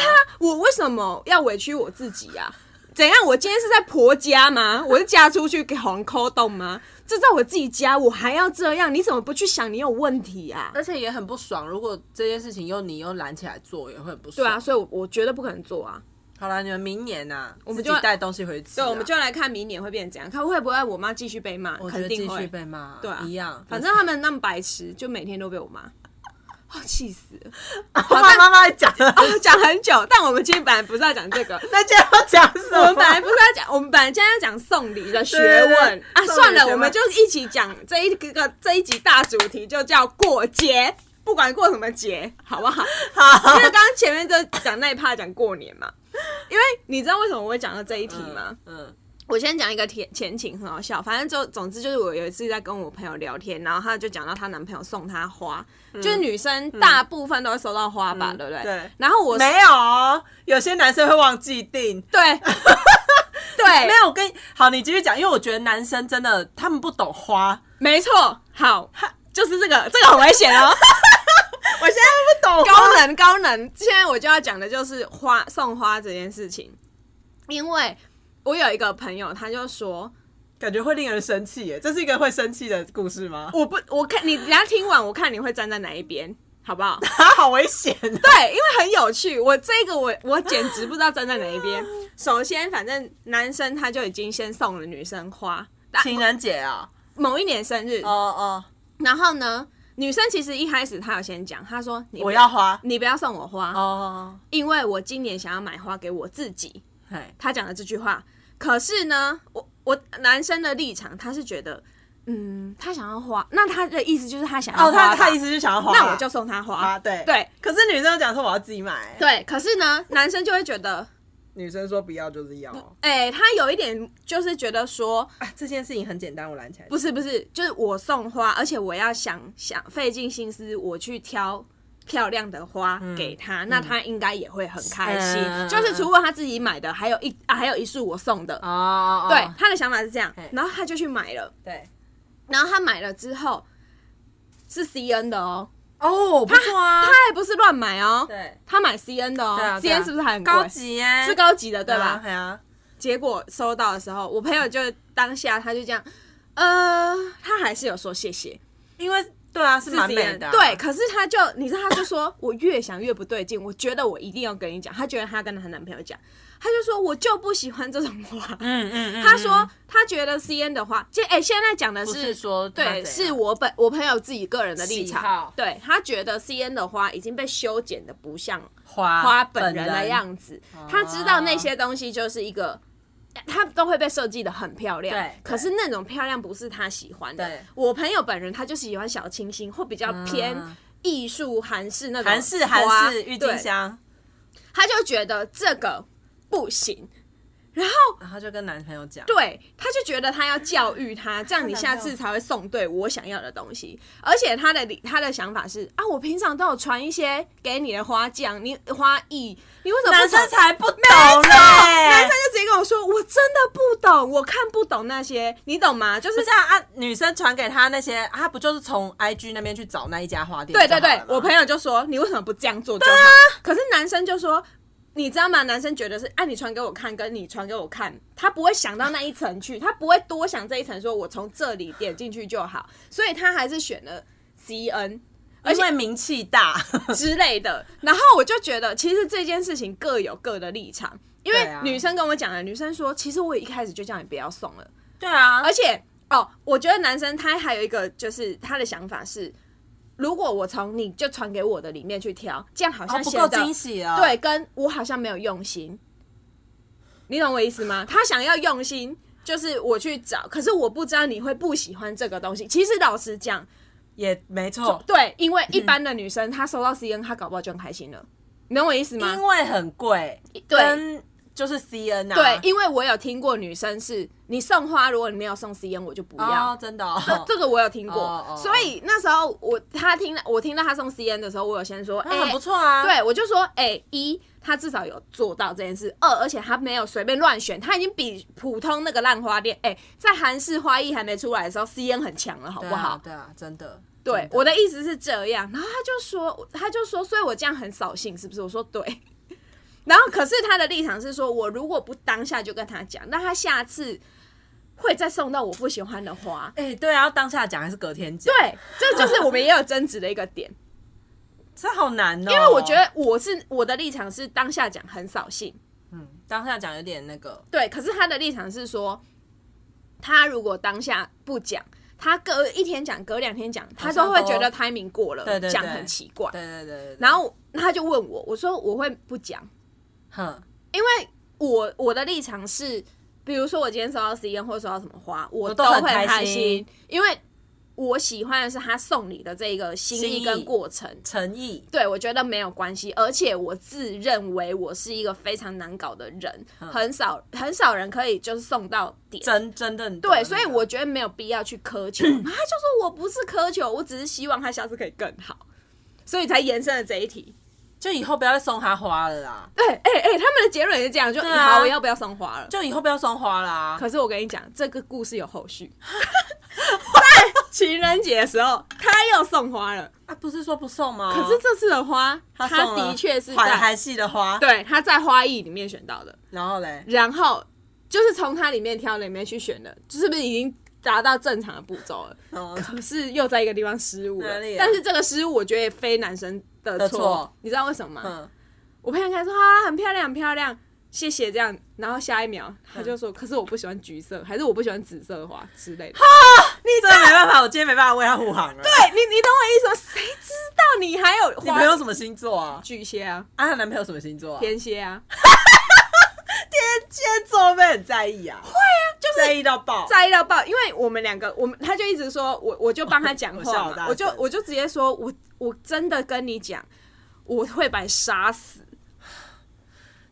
C: 我为什么要委屈我自己啊？怎样？我今天是在婆家吗？我是嫁出去给黄抠洞吗？这在我自己家，我还要这样？你怎么不去想你有问题啊？
D: 而且也很不爽。如果这件事情又你又揽起来做，也会很不
C: 对
D: 爽。
C: 啊，所以我我绝对不可能做啊。
D: 好了，你们明年呐、啊，我
C: 们就
D: 自己带东西回去、啊。
C: 对，我们就来看明年会变成怎样，看会不会我妈继续被骂，
D: 我觉
C: 肯
D: 得
C: 定
D: 继续
C: 会。
D: 被骂，
C: 对啊，
D: 一样。[LAUGHS]
C: 反正他们那么白痴，就每天都被我骂，哦，气死了。
D: 我爸妈妈还讲了，
C: 哦，讲很久，但我们今天本来不是要讲这个，
D: 那就要讲什么？
C: 我们本来不是要讲，我们本来今天要讲送礼的学问
D: 对对对送礼
C: 啊，
D: 的
C: 算了，
D: 学问
C: 我们就一起讲这一个这一集大主题，就叫过节，不管过什么节，好不好？
D: 好
C: 因为刚刚前面就讲那一趴讲过年嘛，因为你知道为什么我会讲到这一题吗？
D: 嗯，
C: 我先讲一个前前情，很好笑。反正就总之就是我有一次在跟我朋友聊天，然后她就讲到她男朋友送她花，就是女生大部分都会收到花吧，对不对？
D: 嗯对
C: 然后我
D: 没有哦，有些男生会忘记订。 [LAUGHS]
C: 对对
D: 没有，我跟你好，你继续讲，因为我觉得男生真的他们不懂花，
C: 没错，好，就是这个，这个很危险
D: [LAUGHS]
C: 哦，
D: 我现在不懂花。
C: [LAUGHS] 高能高能。现在我就要讲的就是花送花这件事情，因为我有一个朋友，他就说
D: 感觉会令人生气耶，这是一个会生气的故事吗？
C: 我不，我看你等一下听完，我看你会站在哪一边，好不好？ [LAUGHS]
D: 他 [LAUGHS] 好危险啊！
C: 对，因为很有趣，我这个我我简直不知道站在哪一边。首先，反正男生他就已经先送了女生花，
D: [LAUGHS]
C: 但
D: 情人节啊，
C: 某一年生日，
D: 哦哦，
C: 然后呢，女生其实一开始她有先讲，她说你不
D: 我要花
C: 你不要送我花，
D: 哦，
C: 因为我今年想要买花给我自己。
D: 嘿，
C: 他讲了这句话，可是呢，我我男生的立场，他是觉得，嗯，他想要花，那他的意思就是他想要
D: 哦，
C: 花吧、
D: 他他意思是想要花，
C: 那我就送他花，
D: 花，对
C: 对。
D: 可是女生讲说我要自己买，
C: 对，可是呢，男生就会觉得， [LAUGHS]
D: 女生说不要就是要
C: 哎、他有一点就是觉得说，
D: 啊，这件事情很简单，我拦起来。
C: 不是不是，就是我送花，而且我要想想费尽心思，我去挑漂亮的花给他，那他应该也会很开心。
D: 嗯
C: 就是除了他自己买的，还有一、啊、还有一束我送的，
D: 哦，
C: 对，他的想法是这样，然后他就去买了，
D: 对，
C: 然后他买了之后是 C N 的哦，
D: 哦，不错啊
C: 他，还不是乱买哦，
D: 对，
C: 他买 C N 的哦、
D: 对啊
C: c
D: 对啊
C: N 是不是还很贵
D: 高级耶，
C: 是高级的对
D: 对
C: 吧
D: 吧？？对啊，
C: 结果收到的时候，我朋友就当下他就这样，呃，他还是有说谢谢，
D: 因为对啊，是蛮美的、啊。
C: 对，可是她就，你知道，她就说，我越想越不对劲，我觉得我一定要跟你讲。她觉得她跟她男朋友讲，她就说，我就不喜欢这种话。
D: 嗯嗯嗯。
C: 她说，她觉得 C N 的话，这哎、现在讲的
D: 不是说他
C: 对，
D: 怎样
C: 是我本我朋友自己个人的
D: 喜
C: 立场
D: 好。
C: 对他觉得 C N 的花已经被修剪的不像
D: 花
C: 花本人的样子，
D: 啊
C: 他知道那些东西就是一个。他都会被设计的很漂亮，
D: 对
C: 可是那种漂亮不是他喜欢的
D: 对。
C: 我朋友本人他就是喜欢小清新，或比较偏
D: 嗯
C: 艺术韩式那种
D: 韩式
C: 花
D: 韩式郁金
C: 对
D: 香，
C: 他就觉得这个不行，然后
D: 然后就跟男朋友讲，
C: 对，他就觉得他要教育他，这样你下次才会送对我想要的东西。而且他的理他的想法是啊，我平常都有传一些给你的花匠、你花艺，你为什么
D: 男
C: 不传
D: 生欸才不懂嘞，
C: 男生就直接跟我说，我真的不懂，我看不懂那些，你懂吗？就是
D: 不是啊，啊女生传给他那些，啊他不就是从 IG 那边去找那一家花店就好
C: 对
D: 了啊吗？
C: 对对，我朋友就说你为什么不这样做就好？可是男生就说。你知道吗？男生觉得是，哎、你传给我看，跟你传给我看，他不会想到那一层去，他不会多想这一层，说我从这里点进去就好，所以他还是选了 C N
D: 因为名气大，
C: 之类的。然后我就觉得，其实这件事情各有各的立场，因
D: 对
C: 为
D: 啊
C: 女生跟我讲的，女生说，其实我一开始就叫你不要送了，
D: [LAUGHS] 对啊，
C: 而且哦，我觉得男生他还有一个就是他的想法是，如果我从你就传给我的里面去挑，这样好
D: 哦
C: 像
D: 不
C: 显
D: 够
C: 得、
D: 惊喜啊，
C: 对，跟我好像没有用心。你懂我意思吗？他想要用心，就是我去找，可是我不知道你会不喜欢这个东西。其实老实讲，
D: 也没错，
C: 对，因为一般的女生、她收到 C N，她搞不好就很开心
D: 嗯
C: 了。你懂我意思吗？
D: 因为很贵，
C: 对
D: 跟就是 CN 啊，
C: 对，因为我有听过女生是，你送花，如果你没有送 C N，我就不要。
D: 哦，真的哦，
C: 这这个我有听过，
D: 哦哦哦
C: 所以那时候我他听到我听到他送 C N 的时候，我有先说，哎、
D: 那很不错啊，，
C: 对我就说，哎、一他至少有做到这件事，二而且他没有随便乱选，他已经比普通那个烂花店，哎、在韩式花艺还没出来的时候，C N 很强了，好不
D: 对
C: 好
D: 啊，？对啊，真的，
C: 对
D: 真，
C: 我的意思是这样，然后他就说，他就说，所以我这样很扫兴，是不是？我说对。 [LAUGHS] 然后可是他的立场是说，我如果不当下就跟他讲，那他下次会再送到我不喜欢的花。
D: 哎，对啊，要当下讲还是隔天讲？，
C: 对，这就是我们也有争执的一
D: [LAUGHS]
C: 个点，
D: 这好难哦，
C: 因为我觉得我是我的立场是当下讲很扫兴，
D: 嗯当下讲有点那个，
C: 对，可是他的立场是说，他如果当下不讲，他隔一天讲，隔两天讲，他
D: 像
C: 都会
D: 都
C: 觉得 timing 过了，
D: 对对对
C: 讲很奇怪。
D: 对对对对，对
C: 然后他就问我，我说我会不讲，
D: 哼，
C: 因为我我的立场是，比如说我今天收到 C N 或者收到什么花，我
D: 我
C: 都
D: 都
C: 会
D: 很开
C: 开
D: 心
C: 因为我喜欢的是他送你的这一个心
D: 心
C: 意
D: 意
C: 跟过程。
D: 诚意，
C: 对，我觉得没有关系，而且我自认为我是一个非常难搞的人，很少很少人可以就是送到点。
D: 嗯真真的
C: 对，所以我觉得没有必要去
D: [CLEARS THROAT]
C: 苛求。然后他就说我不是苛求，我只是希望他下次可以更好，所以才延伸了这一题。
D: 就以后不要再送他花了啦，
C: 对，哎、哎、他们的结论也是这样，就、
D: 啊
C: 好，我要不要送花了？
D: 就以后不要送花啦，
C: 可是我跟你讲，这个故事有后续。 [LAUGHS] 在情人节的时候，他又送花了，
D: 啊，不是说不送吗？
C: 可是这次的花，他
D: 哦送了
C: 的确是
D: 缓
C: 在
D: 韩系的花，
C: 对他在花艺里面选到的。
D: 然后嘞，
C: 然后就是从它里面挑里面去选的，是不是已经达到正常的步骤了？
D: 然后
C: 可是又在一个地方失误了
D: 哪里，啊
C: 但是这个失误我觉得也非男生的
D: 的
C: 错
D: 错，
C: 你知道为什么吗？
D: 嗯，
C: 我朋友开始说啊，很漂亮，很漂亮。谢谢，这样，然后下一秒他就说：“可是我不喜欢橘色，还是我不喜欢紫色的花之 [LAUGHS] 类的。
D: 这没办法，我今天没办法为他护航了。”对，
C: 哎，你你懂我意思吗？谁知道你还有
D: 你朋友
C: 花
D: 什么星座啊？
C: 巨蟹啊，
D: 啊，她男朋友什么星座啊？
C: 天蝎 [LAUGHS] 啊，
D: 蝎座会很在意啊，会啊，就是在意到爆。
C: [LAUGHS] 在意到爆，因为我们两个，我们他就一直说我，我就帮他
D: [LAUGHS]
C: 讲
D: 我笑
C: 话
D: 得
C: 嘛
D: 大，声
C: 我就我就直接说，我我真的跟你讲，我会把你杀死。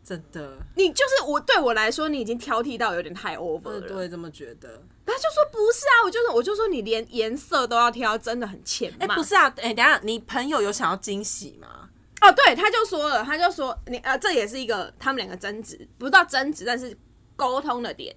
D: 真的，
C: 你就是我对我来说，你已经挑剔到有点太 over
D: 我
C: 了。
D: 都会这么觉得。
C: 他就说不是啊，我就说我就说你连颜色都要挑，真的很欠
D: 哎，
C: 骂。
D: 不是啊，哎，等一下你朋友有想要惊喜吗？
C: 哦，对，他就说了，他就说你呃，这也是一个他们两个争执，不到争执，但是沟通的点。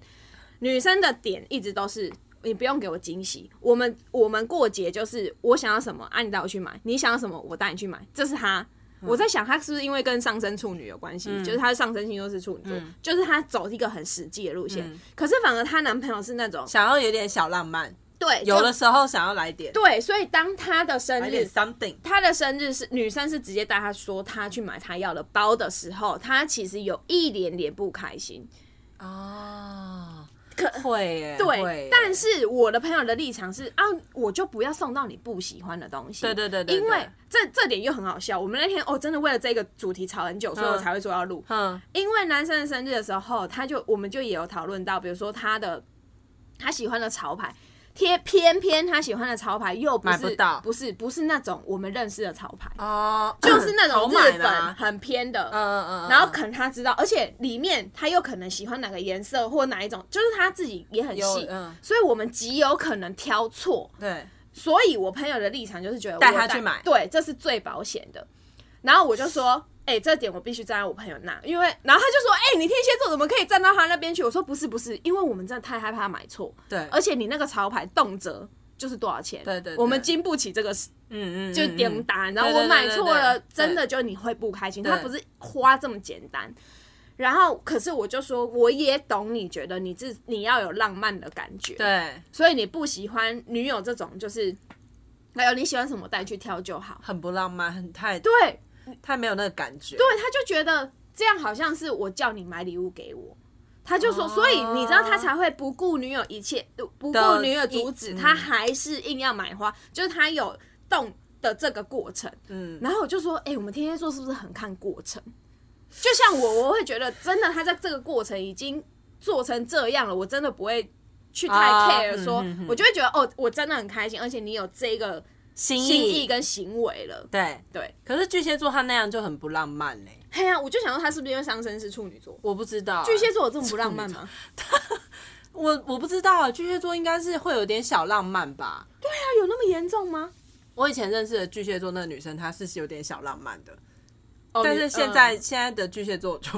C: 女生的点一直都是你不用给我惊喜，我们我们过节就是我想要什么，啊，你带我去买，你想要什么，我带你去买，这是他。我在想，他是不是因为跟上升处女有关系？就是他的上升星座是处女座，就是他走一个很实际的路线。可是反而她男朋友是那种
D: 想要有点小浪漫，
C: 对，
D: 有
C: 就
D: 的时候想要来点，
C: 对，所以当他的生
D: 来
C: 日
D: 点 something，
C: 他的生日是女生是直接带他说他去买他要的包的时候，他其实有一点点不开心。
D: 哦，
C: 可
D: 会耶，会
C: 对
D: 耶，
C: 但是我的朋友的立场是啊，我就不要送到你不喜欢的东西。
D: 对对对对
C: 因为
D: 对
C: 这这点又很好笑。我们那天哦，真的为了这个主题吵很久，所以我才会说要录。
D: 嗯
C: 因为男生的生日的时候，他就我们就也有讨论到，比如说他的他喜欢的潮牌，贴偏偏他喜欢的潮牌又不
D: 买
C: 是
D: 不到
C: 不是不是那种我们认识的潮牌，
D: 哦， [COUGHS]
C: 就是那
D: 好
C: 种
D: 买
C: 日
D: 的啊
C: 本很偏的，
D: 嗯嗯嗯，嗯
C: 然后可能他知道，而且里面他有可能喜欢哪个颜色或哪一种，就是他自己也很细
D: 有，嗯
C: 所以我们极有可能挑错。
D: 对，
C: 所以我朋友的立场就是觉得我
D: 带他去买
C: 对，这是最保险的。然后我就说，哎、这点我必须站在我朋友那，因为然后他就说，哎、你天蝎座怎么可以站到他那边去？我说不是不是，因为我们真的太害怕买错，
D: 对
C: 而且你那个潮牌动�辄。就是多少钱？
D: 对对对
C: 我们经不起这个
D: 嗯嗯，
C: 就
D: 嗯
C: 点
D: 嗯
C: 单，然后
D: 对
C: 我
D: 对
C: 买
D: 对
C: 错了
D: 对，对
C: 真的就你会不开心。
D: 对
C: 他不是花这么简单。然后，可是我就说，我也懂你觉得你自你要有浪漫的感觉，
D: 对，
C: 所以你不喜欢女友这种，就是还有你喜欢什么带你去挑就好。
D: 很不浪漫，很太
C: 对对，
D: 太没有那个感觉，
C: 他就觉得这样好像是我叫你买礼物给我，他就
D: 哦
C: 说，所以你知道他才会不顾女友一切，呃不顾
D: 的
C: 女友阻止，
D: 一嗯
C: 他还是硬要买花，就是他有动的这个过程。
D: 嗯，
C: 然后我就说，哎、我们天蝎座是不是很看过程？就像我，我会觉得真的，他在这个过程已经做成这样了，我真的不会去太
D: 啊
C: care，
D: 嗯
C: 说，
D: 嗯嗯
C: 我就会觉得哦，我真的很开心，而且你有这个
D: 心
C: 心意跟行为了。
D: 对。
C: 对，
D: 可是巨蟹座他那样就很不浪漫嘞、
C: 嘿呀、我就想说他是不是因为上升是处女座？
D: 我不知道、
C: 巨蟹座有这么不浪漫吗？
D: 我我不知道、巨蟹座应该是会有点小浪漫吧。
C: 他有 [LAUGHS] 那么严重吗？
D: 我以前认识的巨蟹座那个女生，她是有点小浪漫的，
C: 哦
D: 但是
C: 你
D: 现在、
C: 嗯
D: 现在的巨蟹座就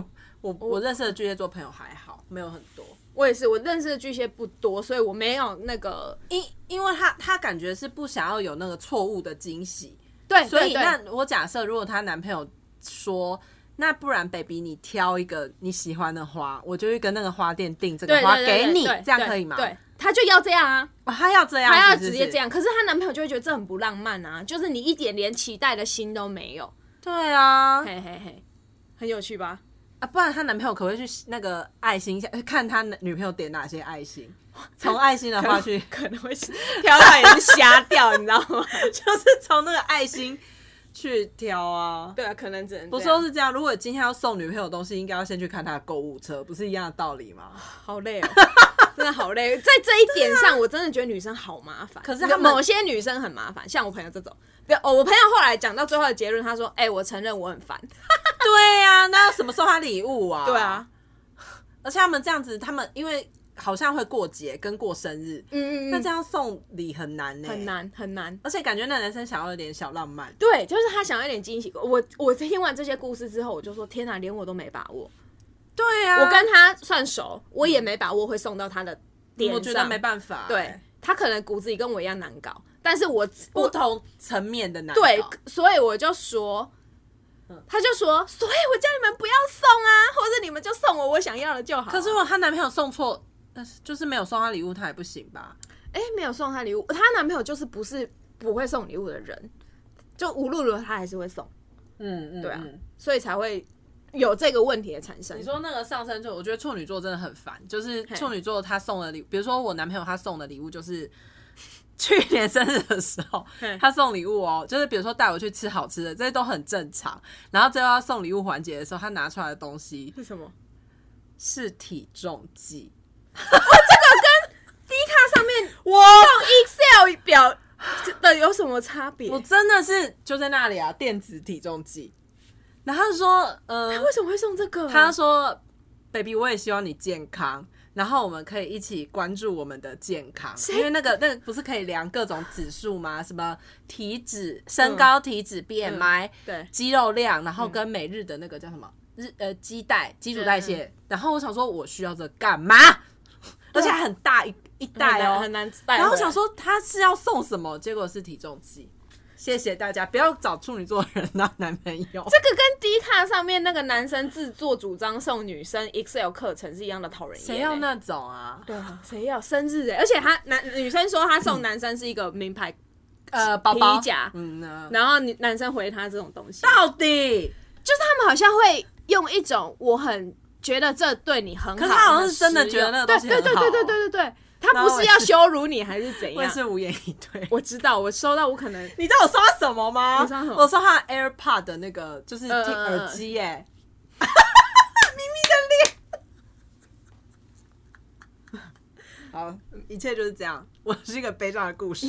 D: 我我认识的巨蟹座朋友还好，没有很多，
C: 我也是，我认识的巨蟹不多，所以我没有那个
D: 因因为她她感觉是不想要有那个错误的惊喜，
C: 对，
D: 所以
C: 对对
D: 那我假设如果她男朋友说。那不然，baby，你挑一个你喜欢的花，我就去跟那个花店订这个
C: 对
D: 花
C: 对
D: 给
C: 对
D: 你
C: 对，对
D: 这样可以吗？
C: 对，他就要这样啊。
D: 哦，她要这样，
C: 她要
D: 是不是
C: 直接这。样，可是她男朋友就会觉得这很不浪漫啊，就是你一点连期待的心都没有，
D: 对啊，
C: 嘿嘿嘿，很有趣吧？
D: 啊，不然她男朋友可不可以去那个爱心一下， [LAUGHS] 看他女朋友点哪些爱心，从爱心的话去，
C: [LAUGHS] 可能会飘到已经瞎掉，你知道吗？
D: 就是从那个爱心去挑啊。
C: [LAUGHS] 对啊，可能只能
D: 不是都是这样？如果今天要送女朋友东西，应该要先去看她的购物车，不是一样的道理
C: [LAUGHS]
D: 吗？
C: 好累哦，真的好累。在这一点上，我真的觉得女生好麻烦。
D: 可是她们
C: 某些女生很麻烦，像我朋友这种。不要哦，我朋友后来讲到最后的结论，他说：“哎、我承认我很烦。
D: 对呀、那要什么送她礼物啊？”
C: 对啊，，
D: 而且他们这样子，他们因为好像会过节跟过生日，
C: 嗯嗯
D: 那
C: 嗯，
D: 这样送礼很难呢、
C: 很。难很难。
D: 而且感觉那男生想要有点小浪漫，
C: 对，就是他想要一点惊喜。我我听完这些故事之后，我就说：“天哪，连我都没把握。”
D: 对啊
C: 我跟他算熟，我也没把握会送到他的点上。
D: 嗯我觉得没办法、欸
C: 对，他可能骨子里跟我一样难搞，但是我
D: 不
C: 我
D: 同层面的难搞。
C: 对，所以我就说，
D: 嗯
C: 他就说，所以我叫你们不要送啊，或者你们就送我我想要的就好啊。
D: 可是如果她男朋友送错，呃就是没有送她礼物，她也不行吧？
C: 哎、没有送他礼物，她男朋友就是不是不会送礼物的人，就无论如何他还是会送，
D: 嗯嗯，
C: 对啊，所以才会有这个问题的产生
D: 你。说那个上升座，我觉得处女座真的很烦，就是处女座他送的礼，比如说我男朋友他送的礼物就是。 [LAUGHS] 去年生日的时候
C: 嘿，
D: 他送礼物哦，就是比如说带我去吃好吃的，这些都很正常。然后最后要送礼物环节的时候，他拿出来的东西
C: 是什么？
D: 是体重计，
C: D 卡上面我用 Excel 表的有什么差别？
D: 我真的是就在那里啊，电子体重计。然后他说，呃，
C: 为什么会送这个啊？
D: 他说：“baby，我也希望你健康，然后我们可以一起关注我们的健康，因为那个那个不是可以量各种指数吗？什么体脂、身高、体脂、BMI、
C: 对
D: 肌肉量，然后跟每日的那个叫什么日呃基代基础代谢。然后我想说，我需要这干 [LAUGHS] 嘛？而且还很大一一袋哦，
C: 很难带。
D: 然后我想，说他是要送什么，结果是体重计。谢谢大家，不要找处女座的人当男朋友。
C: 这个跟 D 卡上面那个男生自作主张送女生 Excel 课程是一样的讨人厌、欸。
D: 谁要？那种啊？
C: 对啊，谁要生日、欸？而且他男女生说他送男生是一个名牌
D: 呃，包包
C: 皮夹
D: 嗯呢，
C: 然后女男生回他这种东西，
D: 到底？
F: 就是他们好像会用一种我很觉得这对你很好，
D: 可是他好像是真的觉得那个
F: 对
D: 东西
F: 对
D: 很
F: 对
D: 好
F: 对对对对对，他
D: 那
F: 不
D: 我
F: 是
D: 也
F: 要
D: 是
F: 羞辱你还是怎
D: 我也
F: 样？
D: 是无言以对。
C: 我知道，我收到我可能
D: [LAUGHS] 你知道我收到什么呃吗？
C: 你收到什么
D: 我收到他的 AirPod 的那个就是听
C: 嗯嗯嗯
D: 耳机耶、 [LAUGHS] 咪咪的脸。好，一切就是这样。我是一个悲伤的故 [LAUGHS] 事。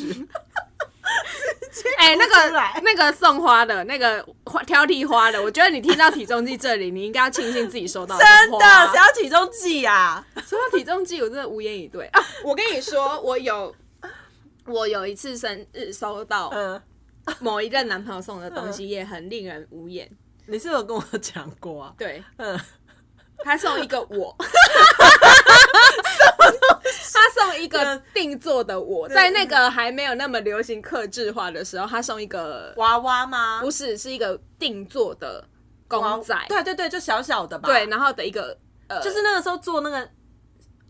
C: 哎、那
D: 哭出
C: 个
D: 来
C: 那个送花的那个花挑剔花的，我觉得你听到体重计这里，你应该要庆幸自己收到的
D: 真的，
C: 花
D: 谁要体重计啊？
C: 说到体重计，我真的无言以对啊！我跟你
D: [LAUGHS]
C: [LAUGHS] 说，我有我有一次生日收到
D: 嗯，
C: 某一任男朋友送的东西，也很令人无言。
D: 你是不是有跟我讲过啊？
C: 对
D: 嗯，
C: 他送一个 [LAUGHS] 我，他送一个定做的我，在那个还没有那么流行克制化的时候，他送一个
D: 娃娃吗？
C: 不是是一个定做的
D: 娃
C: 公仔，
D: 对对对，就小小的吧。
C: 对，然后的一个呃，
D: 就是那个时候做那个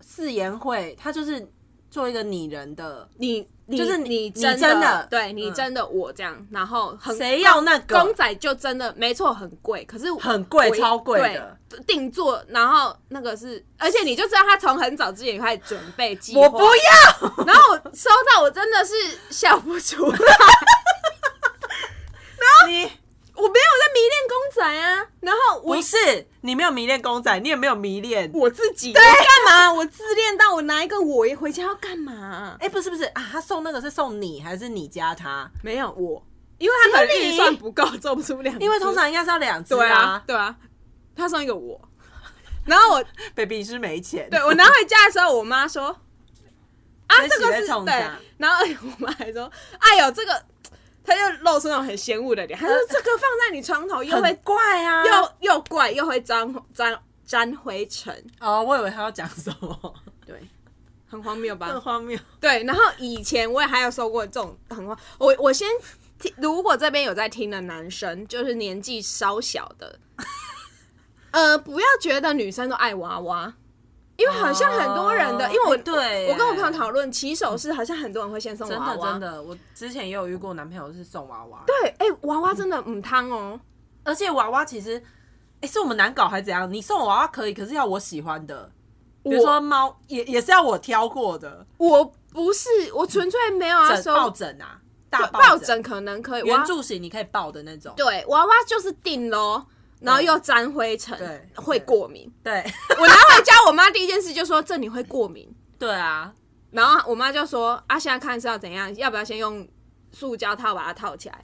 D: 誓言会，他就是做一个拟人的，
C: 你，你
D: 就是你
C: 你
D: 你真的
C: 对你
D: 嗯
C: 真的我这样，然后很
D: 谁要那个
C: 公仔就真的没错，很贵，可是我
D: 很贵
C: 我一
D: 超贵的
C: 对定做，然后那个是，而且你就知道他从很早之前就开始准备计划，
D: 我不要。
C: [LAUGHS] 然后我收到我真的是笑不出来，
D: 你
C: 我没有在迷恋公仔啊，然后我
D: 不是你没有迷恋公仔，你也没有迷恋。
C: 我自己对干嘛？我自恋到我拿一个我回家要干嘛啊、
D: 哎、不是不是啊，他送那个是送你还是你加他？
C: 没有我，因为他可能
D: 只有你
C: 预算不 [LAUGHS] 够，做不出两只，
D: 因为通常应该是要两只
C: 对啊，对啊，他送一个我，然后我
D: ，baby 你是不是没钱。
C: 对我拿回家的时候，我妈说：“啊，
D: 这
C: 这个
D: 洗在
C: 是
D: 冲
C: 对
D: 啥。”
C: 然后我妈还说：“哎呦，这个。”她就露出那种很嫌恶的脸，她说：“这个放在你床头又
D: 呃很
C: 会
D: 怪啊！
C: 又又怪又会沾沾沾灰尘，
D: 哦，我以为他要讲什 [LAUGHS] 么，
C: 对，很荒谬吧？
D: 很荒谬。
C: 对，然后以前我也还有收过这种很荒，我我先听，如果这边有在听的男生，就是年纪稍小的， [LAUGHS] 呃，不要觉得女生都爱娃娃，因为好像很多人的，
D: 哦
C: 因为我
D: 哎对
C: 我跟我
D: 耶
C: 朋友讨论，起手是好像很多人会先送
D: 真
C: 娃
D: 的
C: 娃，
D: 真的，我之前也有遇过男朋友是送娃娃，
C: 对，哎、娃娃真的唔汤哦，
D: 而且娃娃其实，哎、是我们难搞还是怎样？你送我娃娃可以，可是要我喜欢的，比如说猫，也也是要我挑过的，
C: 我不是我纯粹没有要
D: 枕抱
C: 收
D: 枕啊，大
C: 抱
D: 枕，
C: 枕可能可以，
D: 圆
C: 娃
D: 柱形你可以抱的那种，
C: 对娃娃就是定咯，然后又沾灰尘，
D: 对
C: 会
D: 对
C: 过敏。
D: 对 [LAUGHS]
C: 我拿回家，我妈第一件事就说：“这你会过敏。
D: 对啊，”
C: 然后我妈就说：“啊，现在看是要怎样？要不要先用塑胶套把它套起来？”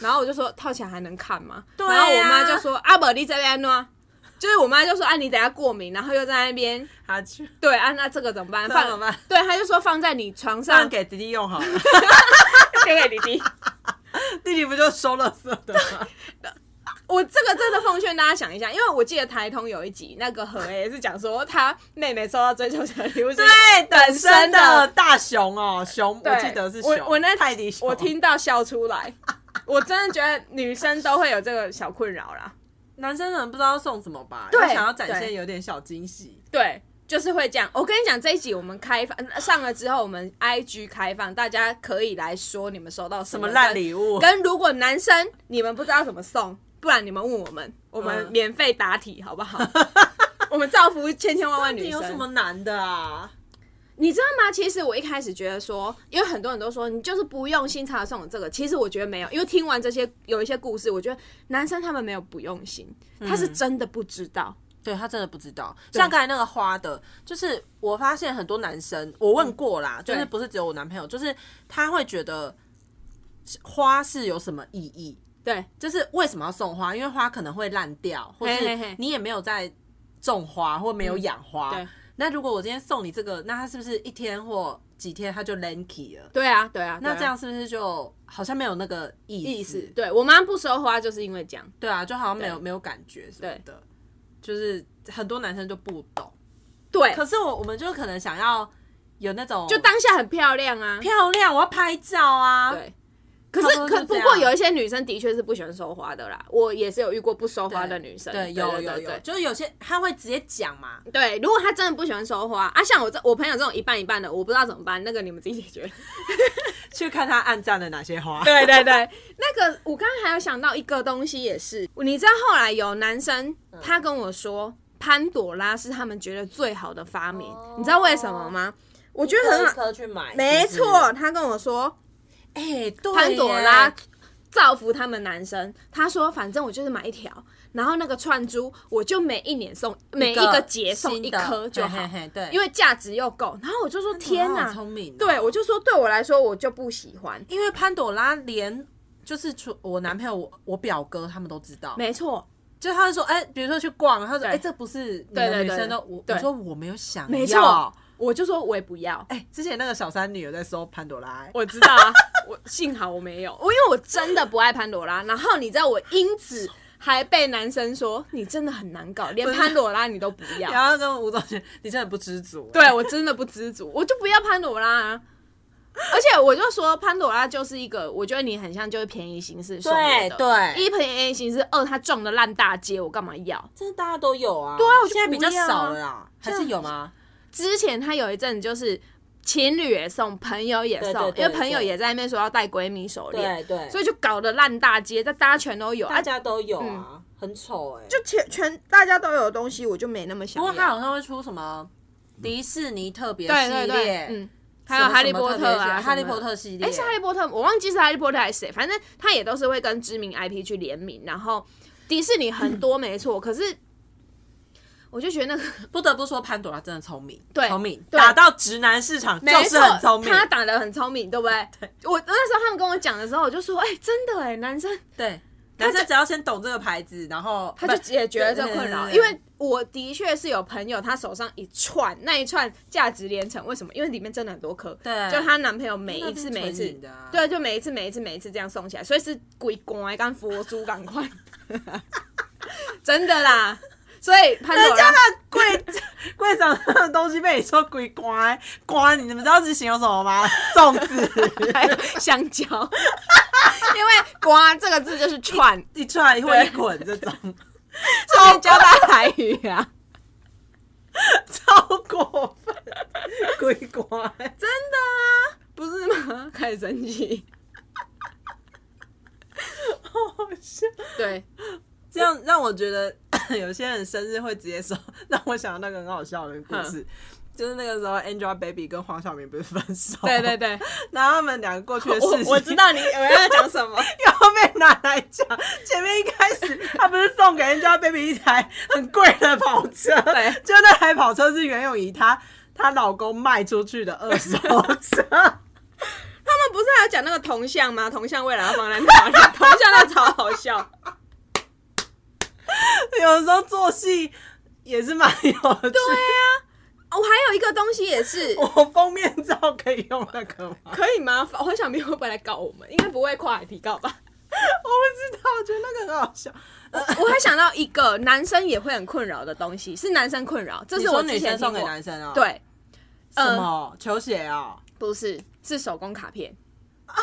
C: 然后我就说：“套起来还能看吗？”
D: 对啊
C: 然后我妈就说：“啊，不，你这边呢？”就是我妈就说：“啊，你等下过敏。”然后又在那边
D: 他去
C: 对啊，那这个怎么办？
D: 这个
C: 放
D: 怎么办
C: 对，她就说放在你床
D: 这样
C: 上
D: 给弟弟用好了，
C: 丢给弟弟。
D: 弟弟不就收垃圾的吗？
C: [LAUGHS] 我这个真的奉劝大家想一下，因为我记得台通有一集，那个何 A 是讲说她妹妹收到追求者的礼物是
D: [LAUGHS] 对，等
C: 身
D: 身
C: 的
D: 的大熊哦，熊，我
C: 对
D: 记得是
C: 我
D: 熊，
C: 我那
D: 泰迪熊，
C: 我听到笑出
D: [LAUGHS]
C: 来。我真的觉得女生都会有这个小困扰啦，
D: 男生可能不知道送什么吧，
C: 对
D: 又想要展现
C: 对
D: 有点小惊喜，
C: 对，就是会这样。我跟你讲，这一集我们开放上了之后，我们 IG 开放，大家可以来说你们收到什
D: 什
C: 么
D: 么烂礼物，
C: 跟跟如果男生你们不知道怎么送，不然你们问我们，我们
D: 嗯
C: 免费答题好
D: [LAUGHS]
C: 不好？我们造福千千万万
D: 你
C: 女
D: 有什么
C: 生。
D: 难的啊？
C: 你知道吗？其实我一开始觉得说，因为很多人都说你就是不用心才要送我这个，其实我觉得没有，因为听完这些有一些故事，我觉得男生他们没有不用心，他是真的不知道。
D: 对他真的不知道，像刚才那个花的，就是我发现很多男生，我问过啦，就是
C: 嗯对
D: 不是只有我男朋友，就是他会觉得花是有什么意义，
C: 对，
D: 就是为什么要送花？因为花可能会烂掉，或
C: 嘿嘿
D: 是
C: 嘿嗯
D: 你也没有在种花或没有养花。
C: 对
D: 那如果我今天送你这个，那它是不是一天或几天它就 lanky 了？
C: 对啊，对啊，
D: 那
C: 对啊嗯
D: 这样是不是就好像没有那个意
C: 意思，对我妈不收花就是因为这样。
D: 对啊，就好像没有
C: 对
D: 没有感觉什么的，就是很多男生就不懂。
C: 对，
D: 可是我我们就可能想要有那种
C: 就当下很漂亮啊，
D: 漂亮，我要拍照啊，
C: 对。可
D: 差
C: 是
D: 不多
C: 可
D: 就这
C: 不
D: 样
C: 过有一些女生的确是不喜欢收花的啦，我也是有遇过不收花的女生，
D: 对，
C: 对
D: 有
C: 对
D: 有
C: 对
D: 有，
C: 对
D: 就是有些他会直接讲嘛，
C: 对，如果她真的不喜欢收花啊，像我这我朋友这种一半一半的，我不知道怎么办，那个你们自己解决。
D: [LAUGHS] 去看他暗赞了哪些花。
C: 对对对，那个我刚刚还有想到一个东西，也是你知道后来有男生他跟我说，潘朵拉是他们觉得最好的发明，
D: 哦
C: 你知道为什么吗？我觉得很好，
D: 车去买，
C: 没
D: 是不是
C: 错，，他跟我说
D: 哎、对耶，
C: 潘朵拉造福他们男生，他说反正我就是买一条，然后那个串珠我就每一年送，每一个节送
D: 新
C: 一
D: 的
C: 颗就好
D: 嘿嘿嘿，对
C: 因为价值又够。然后我就说天
D: 哪，
C: 哪
D: 好，聪明、哦
C: 对我就说对我来说我就不喜欢，
D: 因为潘朵拉连就是除我男朋友、我我表哥他们都知道，
C: 没错，
D: 就他就说，哎、比如说去逛，他说，哎、
C: 对
D: 这不是你
C: 对对
D: 的女生
C: 对
D: 都，我
C: 对
D: 我说我没有想要，
C: 没错，我就说我也不要。
D: 哎、之前那个小三女有在搜潘朵拉、哎
C: 我知道啊， [LAUGHS] 我幸好我没有，我因为我真的不爱潘朵拉。然后你知道，我因 [LAUGHS] 此还被男生说你真的很难搞，连潘朵拉你都不要。
D: 然后跟吴宗宪，你真的不知足、哎
C: [LAUGHS] 对我真的不知足，我就不要潘朵拉啊。而且我就说潘朵拉就是一个，我觉得你很像就是便宜形式送我的
D: 对对
C: 一便宜形式，二它撞的烂大街，我干嘛要？
D: 真的大家都有啊，
C: 对啊我就
D: 现在比较
C: 不要啊
D: 少了啦，还是有吗？
C: 之前他有一阵就是情侣也送，朋友也送，
D: 对对对
C: 因为朋友
D: 对
C: 也在那边说要戴闺蜜手链，
D: 对
C: 所以就搞得烂大街，但大家全都有，啊，
D: 家都有啊，很丑哎、
C: 就全全大家都有的东西，我就没那么想
D: 不过
C: 要。
D: 他好像会出什么迪士尼特别系
C: 对
D: 列，
C: 对对，嗯，还
D: 什
C: 有
D: 么
C: 哈利波
D: 什
C: 特
D: 么特别系
C: 啊，
D: 列哈利波特系列，
C: 哎、诶是哈利波特，我忘记是哈利波特还是谁，反正他也都是会跟知名 IP 去联名，然后迪士尼很多没错，可是我就觉得
D: [LAUGHS]
C: 那个
D: 不得不说潘朵拉真的聪明，
C: 对
D: 聪明，
C: 对
D: 打到直男市场
C: [LAUGHS] 没
D: 就是
C: 错
D: 很聪明，
C: 他打的很聪明，对不对？我那时候他们跟我讲的时候，我就说，哎、真的哎、男生
D: 对。男生只要先懂这个牌子，然后
C: 他就解决了这个困扰，
D: 对对对对
C: 因为我的确是有朋友，她手上一串那一串价值连城，为什么？因为里面真的很多颗，
D: 对
C: 就她男朋友每一次每一
D: 那是
C: 次
D: 纯饮的啊，
C: 对，就每一次每一次每一次这样送起来，所以是鬼乖干佛珠赶快，
D: [LAUGHS]
C: 真的啦，所以潘朵拉
D: 柜 [LAUGHS] 柜上的东西被你说鬼乖乖，你怎么知道是形容什么吗？ [LAUGHS] 粽子
C: [LAUGHS] 还有香蕉，因为“瓜”这个字就是
D: [LAUGHS]
C: 串，
D: 一串或一捆这种，
C: 顺便教大家台语啊。
D: 超过分， [LAUGHS] 鬼乖。
C: 啊不是吗？开始生气，好笑。对，
D: 这样让我觉得 [COUGHS] 有些人生日会直接说，让我想到那个很好笑的故
C: 嗯
D: 事，就是那个时候 Angelababy 跟黄晓明不是分手，
C: 对对，对，
D: [LAUGHS] 然后他们两个过去的事情，
C: 我我知道你我要讲什
D: [LAUGHS]
C: 么，
D: 又被拿来讲。前面一开始他不是送给 Angelababy 一台很贵的跑 [LAUGHS] 车，
C: 对
D: 就那台跑车是袁咏仪她她老公卖出去的二手车，
C: [LAUGHS]
D: [LAUGHS]
C: 他们不是还有讲那个铜像吗？ [LAUGHS] 铜像未来要放在哪里？铜像那超好笑。
D: 有时候做戏也是蛮有趣。
C: 我啊哦还有一个东西也 [LAUGHS] 是，
D: 我封面照可以用那个吗？
C: 可以吗？黄晓明会不会来告我们？应该不会跨海提告吧？
D: 我不知道，我觉得那个很好笑。
C: [LAUGHS] 我还想到一个男生也会很困扰的东西，是男生困扰，这
D: 你
C: 是
D: 说
C: 我
D: 女
C: 之前
D: 生送给
C: 听过
D: 男生啊、，
C: 对，
D: 什么球鞋啊、
C: 不是，是手工卡片啊。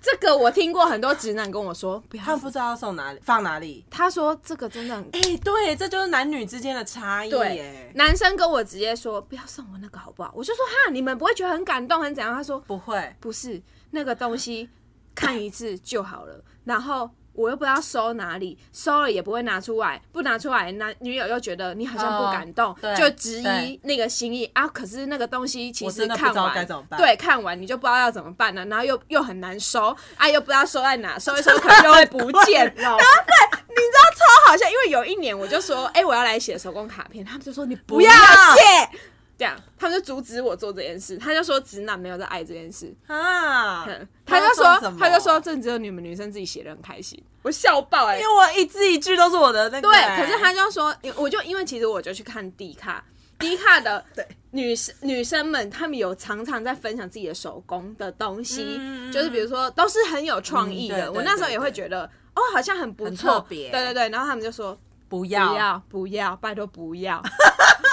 C: 这个我听过很多直男跟我说，不要
D: 他们不知道要送哪里，放哪里。
C: 他说这个真的很
D: 哎、对，这就是男女之间的差异
C: 对
D: 耶。。
C: 男生跟我直接说不要送我那个好不好？我就说哈，你们不会觉得很感动很怎样？他说
D: 不会，
C: 不是那个东西，看一次就好了。然后我又不知道收哪里，收了也不会拿出来，不拿出来，男女友又觉得你好像不感动，
D: 哦对
C: 就质疑
D: 对
C: 那个心意啊。可是那个东西其
D: 我
C: 实
D: 真的不
C: 看
D: 知道
C: 完
D: 该怎么办。
C: 对，看完你就不知道要怎么办了，然后又又很难收，啊，又不知道收在哪，收一收可能又会不见
D: [LAUGHS] 然后
C: 你知道超好笑，因为有一年我就
D: [LAUGHS]
C: 说，哎、我要来写手工卡片，他们就说你不要
D: 不要
C: 写，这样他们就阻止我做这件事，他就说直男没有在爱这件事，
D: 啊
C: 嗯， [LAUGHS] 他就说他就说
D: 送什么，
C: 这只有你们女生自己写的很开心，我笑爆哎、
D: 因为我一字一句都是我的那个、
C: 对，啊
D: 哎
C: 可是他就说，我就因为其实我就去看 D 卡。D 卡 [LAUGHS] 的女生女生们，她们有常常在分享自己的手工的东西，
D: 嗯嗯嗯
C: 就是比如说都是很有创意的。
D: 嗯对对
C: 我那时候也会
D: 对对
C: 觉得，哦，好像很不
D: 很
C: 错，
D: 特别 [LAUGHS]
C: 对对对。然后他们就说，
D: 不
C: 不
D: 要，
C: 要不要，拜托不要。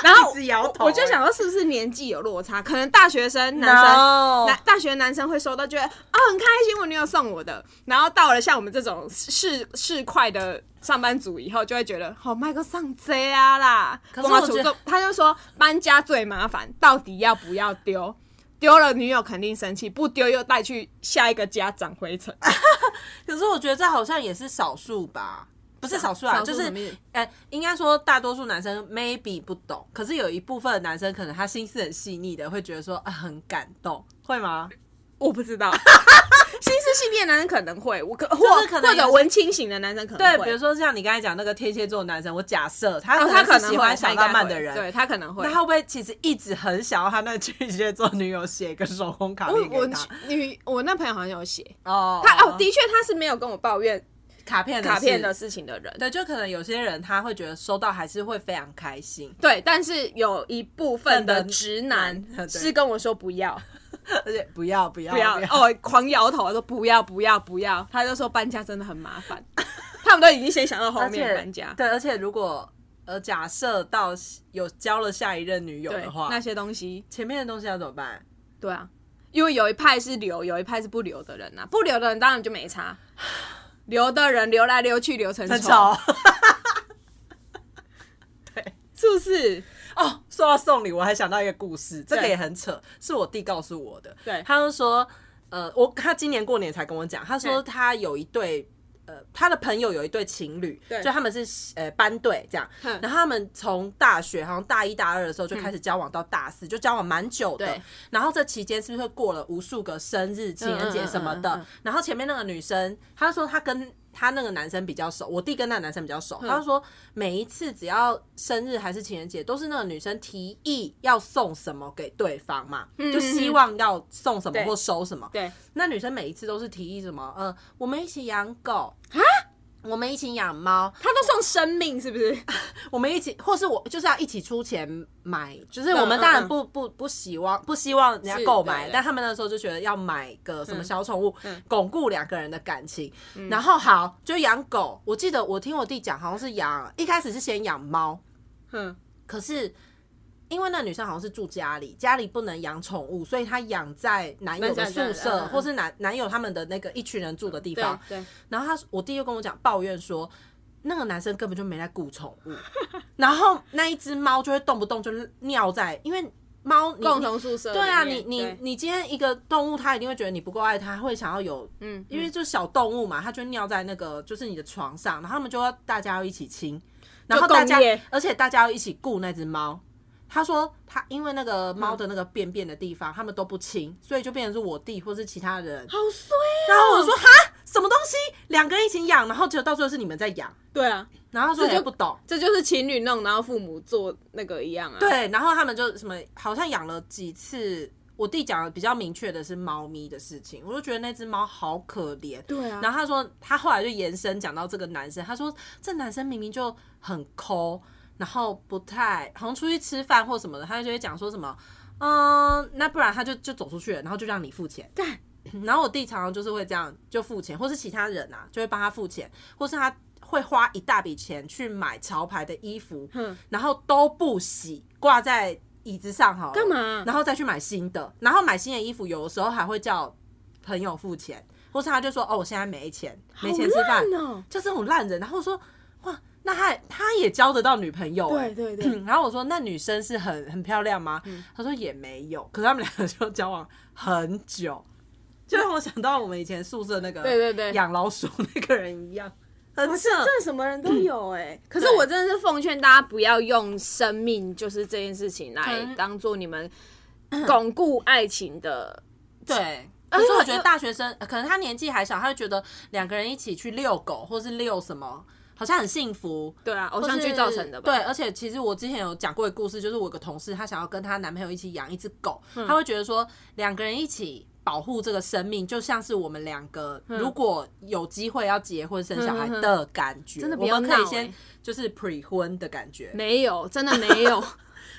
C: 然后
D: 一直摇头
C: 我就想说是不是年纪有落差？可能大学生男生。男大学男生会收到，觉得啊、很开心，我女友送我的。然后到了像我们这种市市侩的上班族以后，就会觉得好麦克上 J 啊啦。
G: 可是
C: 帮他
G: 我
C: 主
G: 觉得
C: 动，他就说搬家最麻烦，到底要不要丢？丢了女友肯定生气，不丢又带去下一个家长灰尘。
D: 哎可是我觉得这好像也是少数吧，不是少数啊，
G: 少数
D: 就是
G: 什么意思
D: 呃，应该说大多数男生 maybe 不懂，可是有一部分的男生可能他心思很细腻的，会觉得说啊很感动，会吗？
C: 我
D: [LAUGHS]
C: 不知道，心思细腻的男生可能会，我可或
D: 就是可能有
C: 或
D: 些
C: 者文青型的男生可能会
D: 对，比如说像你刚才讲那个天蝎座的男生，我假设他
C: 哦他
D: 可
C: 可
D: 能
C: 能
D: 是喜
C: 会
D: 欢小浪漫的人，
C: 他应该会对他可能会
D: 那。他会不会其实一直很想要他那巨蟹座女友写一个手工卡
C: 我
D: 片给
C: 我
D: 他？
C: 女我那朋友好像有写，
D: 哦，
C: 他哦，的确他是没有跟我抱怨
D: 卡片
C: 卡片的
D: 的事，
C: 事情的人，
D: 对，就可能有些人他会觉得收到还是会非常开
C: [LAUGHS]
D: 心，
C: 对，但是有一部分的直男
D: 对
C: 是跟我说不要
D: 而且不要不要
C: 不 [LAUGHS] 要哦，狂摇头说不要不要不要，他就说搬家真的很麻 [LAUGHS] 烦，他们都已经先想到后
D: 而且
C: 面搬家，
D: 对，而且如果呃假设到有交了下一任女友
C: 对
D: 的话，
C: 那些东西
D: 前面的东西要怎么办？
C: 对啊，因为有一派是留，有一派是不留的人呐、啊不留的人当然就没差，留的人留来留去留成
D: 很 [LAUGHS]
C: 仇，
D: 吵
C: 是不是？
D: 哦。说到送礼，我还想到一个故事，这个
C: 对
D: 也很扯，是我弟告诉我的。
C: 对
D: 他就说，呃，我他今年过年才跟我讲，他说
C: 嗯
D: 他有一对。呃，他的朋友有一对情侣，
C: 对
D: 就他们是呃班队这样，
C: 嗯
D: 然后他们从大学好像大一大二的时候就开始交往到大四，就交往蛮久的
C: 对。
D: 然后这期间是不是过了无数个生日、情人节什么的？
C: 嗯嗯嗯嗯嗯
D: 然后前面那个女生，她说她跟她那个男生比较熟，我弟跟那个男生比较熟。她说每一次只要生日还是情人节，都是那个女生提议要送什么给对方嘛，就希望要送什么
C: 对
D: 或收什么。
C: 对，
D: 那女生每一次都是提议什么，呃，我们一起养狗啊，我们一起养猫，
C: 他都送生命是不是？
D: 我们一起，或是我就是要一起出钱买，就是我们
C: 嗯
D: 当然
C: 嗯
D: 不不不希望不希望人家购买
C: 是对，嗯
D: 但他们那时候就觉得要买个什么小宠物，巩固两个人的感情。然后好，就养狗。我记得我听我弟讲，好像是养一开始是先养猫，
C: [LAUGHS] [LAUGHS] 嗯，
D: 可是因为那女生好像是住家里，家里不能养宠物，所以她养在男友的
C: 男
D: 宿
C: 生的
D: 舍，
C: 嗯嗯
D: 或是男男友他们的那个一群人住的地
C: 对啊
D: 方。
C: 对，
D: 然后他我弟又跟我讲抱怨说，那个男生根本就没在顾宠物， [LAUGHS] 然后那一只猫就会动不动就尿在，因为猫你
C: 共
D: 你
C: 同宿舍里
D: 对
C: 面。
D: 啊，你你
C: 对
D: 你今天一个动物，它一定会觉得你不够爱它，会想要有，嗯，因为就是小动物嘛，它就会尿在那个就是你的床上，然后他们就要大家要一起清，然后
C: 共
D: 大家
C: 业
D: 而且大家要一起顾那只猫。他说他因为那个
C: 嗯
D: 猫的那个便便的地方，他们都不清，所以就变成是我弟或是其他人
C: 好衰啊！
D: 然后我说哈，什么东西？两个人一起养，然后结果到最后是你们在养，
C: 对啊，
D: 然后他说
C: 这就
D: 也不懂。
C: 这就是情侣弄，然后父母做那个一样啊。
D: 对，然后他们就什么，好像养了几次。我弟讲的比较明确的是猫咪的事情，我就觉得那只猫好可怜。
C: 对啊
D: 然后他说，他后来就延伸讲到这个男生，他说这男生明明就很抠，然后不太，好像出去吃饭或什么的，他就会讲说什么，嗯，那不然他就就走出去了，然后就让你付钱。
C: 干
D: 然后我弟常常就是会这样就付钱，或是其他人啊就会帮他付钱，或是他会花一大笔钱去买潮牌的衣服，
C: 嗯
D: 然后都不洗，挂在椅子上好了
C: 干嘛
D: 然后再去买新的，然后买新的衣服有的时候还会叫朋友付钱，或是他就说哦我现在没钱，没钱吃饭，
C: 好烂哦
D: 就这种烂人。然后我说哇，那他也他也交得到女朋友、欸，
C: 对对对
D: [CLEARS THROAT] 然后我说那女生是很很漂亮吗？他说也没有，可是他们两个就交往很久，就让我想到我们以前宿舍那个
C: 对对对
D: 养老鼠那个人一样，很扯。
C: 真的什么人都有哎、可是我真的是奉劝大家不要用生命就是这件事情来当做你们巩固爱情的。
D: 对。
C: 而
D: 可
C: 且
D: 是
C: 我
D: 我觉得大学生，呃可能他年纪还小，他就觉得两个人一起去遛狗，或是遛什么，好像很幸福。
C: 对啊，偶
D: 或
C: 像
D: 是
C: 剧造成的吧？
D: 对，而且其实我之前有讲过一个故事，就是我有个同事，她想要跟她男朋友一起养一只狗，
C: 嗯
D: 她、会觉得说两个人一起保护这个生命，就像是我们两个
C: 嗯
D: 如果有机会要结婚生小孩的感觉，
C: 嗯真的不
D: 我
C: 要
D: 们可以
C: 闹
D: 先
C: 欸
D: 就是 pre 婚的感觉。
C: 没有，真的没 [LAUGHS] 有。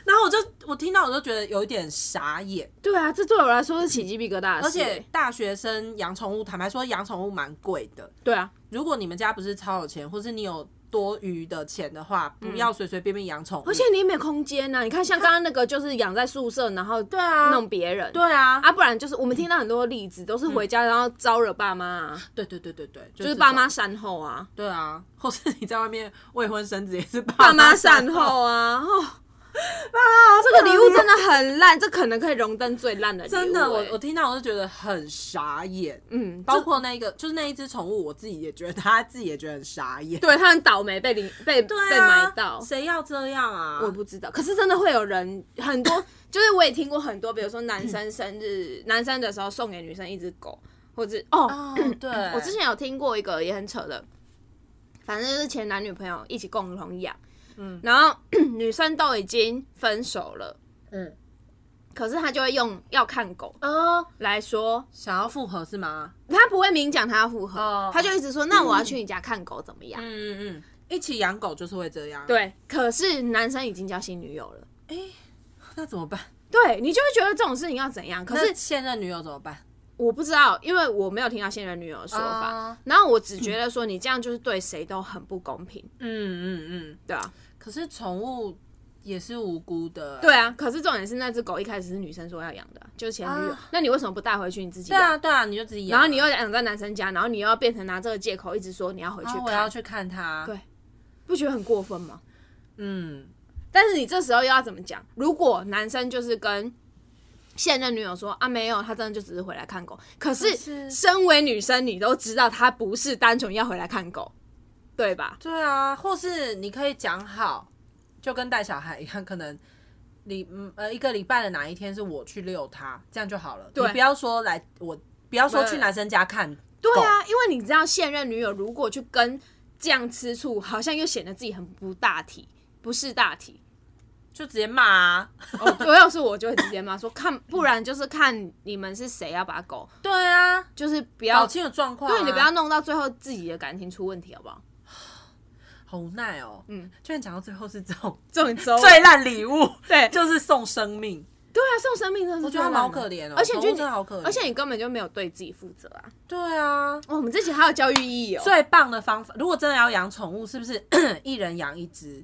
D: 然后我就我听到我就觉得有一点傻眼，
C: 对啊，这对我来说是起鸡皮疙瘩的
D: 而
C: 事欸、
D: 且大学生养宠物，坦白说养宠物蛮贵的，
C: 对啊，
D: 如果你们家不是超有钱，或是你有多余的钱的话，不要随随便便养宠物。
C: 嗯而且你也没空间啊呐、你看像刚刚那个就是养在宿舍，然后对嗯
D: 啊
C: 弄别人，
D: 对啊，
C: 啊，不然就是我们听到很多例子都是回家然后招惹爸妈、啊，
D: 对对对对对，就
C: 就是
D: 是
C: 爸妈善后啊，
D: 对啊， [LAUGHS] 或是你在外面未婚生子也是
C: 爸
D: 爸
C: 妈善
D: 善
C: 后啊， [LAUGHS] 哦，这个礼物真的很烂，这可能可以荣登最啊烂的礼物欸、
D: 真的，我我听到我就觉得很傻眼，
C: 嗯，
D: 包括那个就是那一只宠物，我自己也觉得 [LAUGHS] 它自己也觉得很傻眼，
C: 对他很倒霉被领被、被买到，
D: 啊谁要这样啊？
C: 啊我不知道，可是真的会有人很 [LAUGHS] 多，就是我也听过很多，比如说男生生日，男生的时候送给女生一只狗，或者哦，
D: 哦， [CLEARS THROAT] 对，
C: 我之前有听过一个也很扯的，反正就是前男女朋友一起共同养，嗯，然后 [CLEARS THROAT] 女生都已经分手了，
D: 嗯
C: 可是他就会用要看狗
D: 哦，
C: 来说，
D: 想要复合是吗？
C: 他不会明讲他要复合，
D: 哦
C: 他就一直说那我要去你家看狗怎么样？
D: 嗯嗯嗯，一起养狗就是会这样，，
C: 对，可是男生已经交新女友了。
D: 那怎么办？
C: 对你就会觉得这种事情要怎样？可
D: 那
C: 是
D: 现任女友怎么办？
C: 我不知道，因为我没有听到现任女友的说法。
D: 啊
C: 然后我只觉得说你这样就是对谁都很不公平，
D: 嗯嗯嗯，
C: 对啊，
D: 可是宠物也是无辜的，
C: 对啊。可是重点是那只狗一开始是女生说要养的，就是前女友，
D: 啊
C: 那你为什么不带回去你自己
D: 对
C: 养？
D: 啊对啊，你就自己养，
C: 然后你又养在男生家，然后你又要变成拿这个借口一直说你要回去
D: 啊
C: 看，
D: 我要去看它，
C: 对不觉得很过分吗？
D: 嗯，
C: 但是你这时候又要怎么讲？如果男生就是跟现任女友说啊，没有，他真的就只是回来看狗。可是
D: 是
C: 身为女生，你都知道他不是单纯要回来看狗，对吧？
D: 对啊，或是你可以讲好，就跟带小孩一样，可能礼嗯呃一个礼拜的哪一天是我去遛它，这样就好了。
C: 对
D: 你不要说来我，不要说
C: 对
D: 去男生家看狗。
C: 对啊，因为你知道现任女友如果去跟这样吃醋，好像又显得自己很不大体，不是大体。
D: 就直接骂啊。
C: 哦，我要是我就会直接骂说看，不然就是看你们是谁要把狗，
D: 对啊，
C: 就是不
D: 搞
C: 要，
D: 清楚状况、啊。
C: 对你不要弄到最后自己的感情出问题，好不好？
D: 好无奈哦。嗯，居然讲到最后是这种
C: 这种周
D: [LAUGHS] 最烂礼物， [LAUGHS]
C: 对
D: 就是送生命。
C: 对啊，送生命真的是
D: 我觉得他
C: 最
D: 们好
C: 烂的
D: 可怜哦
C: 而且
D: 宠物
C: 你觉得你
D: 真的好可怜
C: 而且你根本就没有对自己负责啊！
D: 对啊，
C: 哦，我们这集还有教育意义哦，
D: 最棒的方法，如果真的要养宠物，是不 [CLEARS THROAT] 是一人养一只？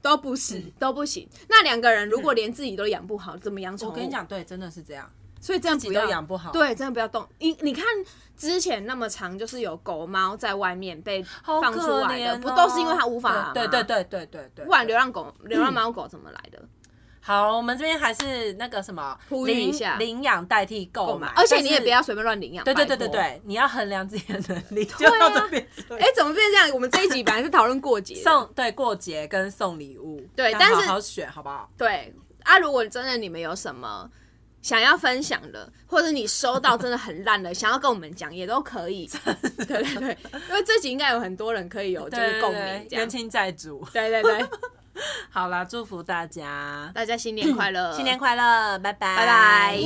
C: 都不是、都不行。那两个人如果连自己都养不好，怎么养宠物？
D: 我跟你，讲，对，真的是这样，
C: 所以真的
D: 自
C: 不
D: 己都
C: 要
D: 养不好。
C: 对，真的不要动。你你看之前那么长，就是有狗猫在外面被
D: 好
C: 放出
D: 可
C: 来的，
D: 怜哦
C: 不都是因为它无法吗
D: 对对，对对对对，
C: 不然流浪
D: 嗯
C: 狗、流浪猫狗怎么来的？
D: 好，我们这边还是那个什么，
C: 呼吁一
D: 领
C: 下
D: 领养代替购买，
C: 而且你
D: 但
C: 也
D: 是
C: 不。要随便乱领
D: 嗯
C: 养。
D: 对对对
C: 拜
D: 对
C: 托。
D: 对，你要衡量自己的能
C: [LAUGHS]
D: 力，就
C: 啊
D: 到这边这
C: [LAUGHS]
D: 样。
C: 哎、怎么变这样？我们这一集本来是讨论过节的，
D: [LAUGHS] 送对过节跟送礼物，
C: 对
D: 要
C: 但是
D: 好好选好不好？
C: 对啊，如果真的你们有什么想要分享的，或者你收到真的很烂的，想要跟我们讲也都可
D: [LAUGHS]
C: 以。对对对，因为这集应该有很多人可以有就是共鸣这样
D: [LAUGHS] 冤。亲债主。
C: 对对对，
D: 好啦，祝福大家
C: 大家新年快乐，
D: [LAUGHS] 新年快乐，拜拜，
C: 拜拜。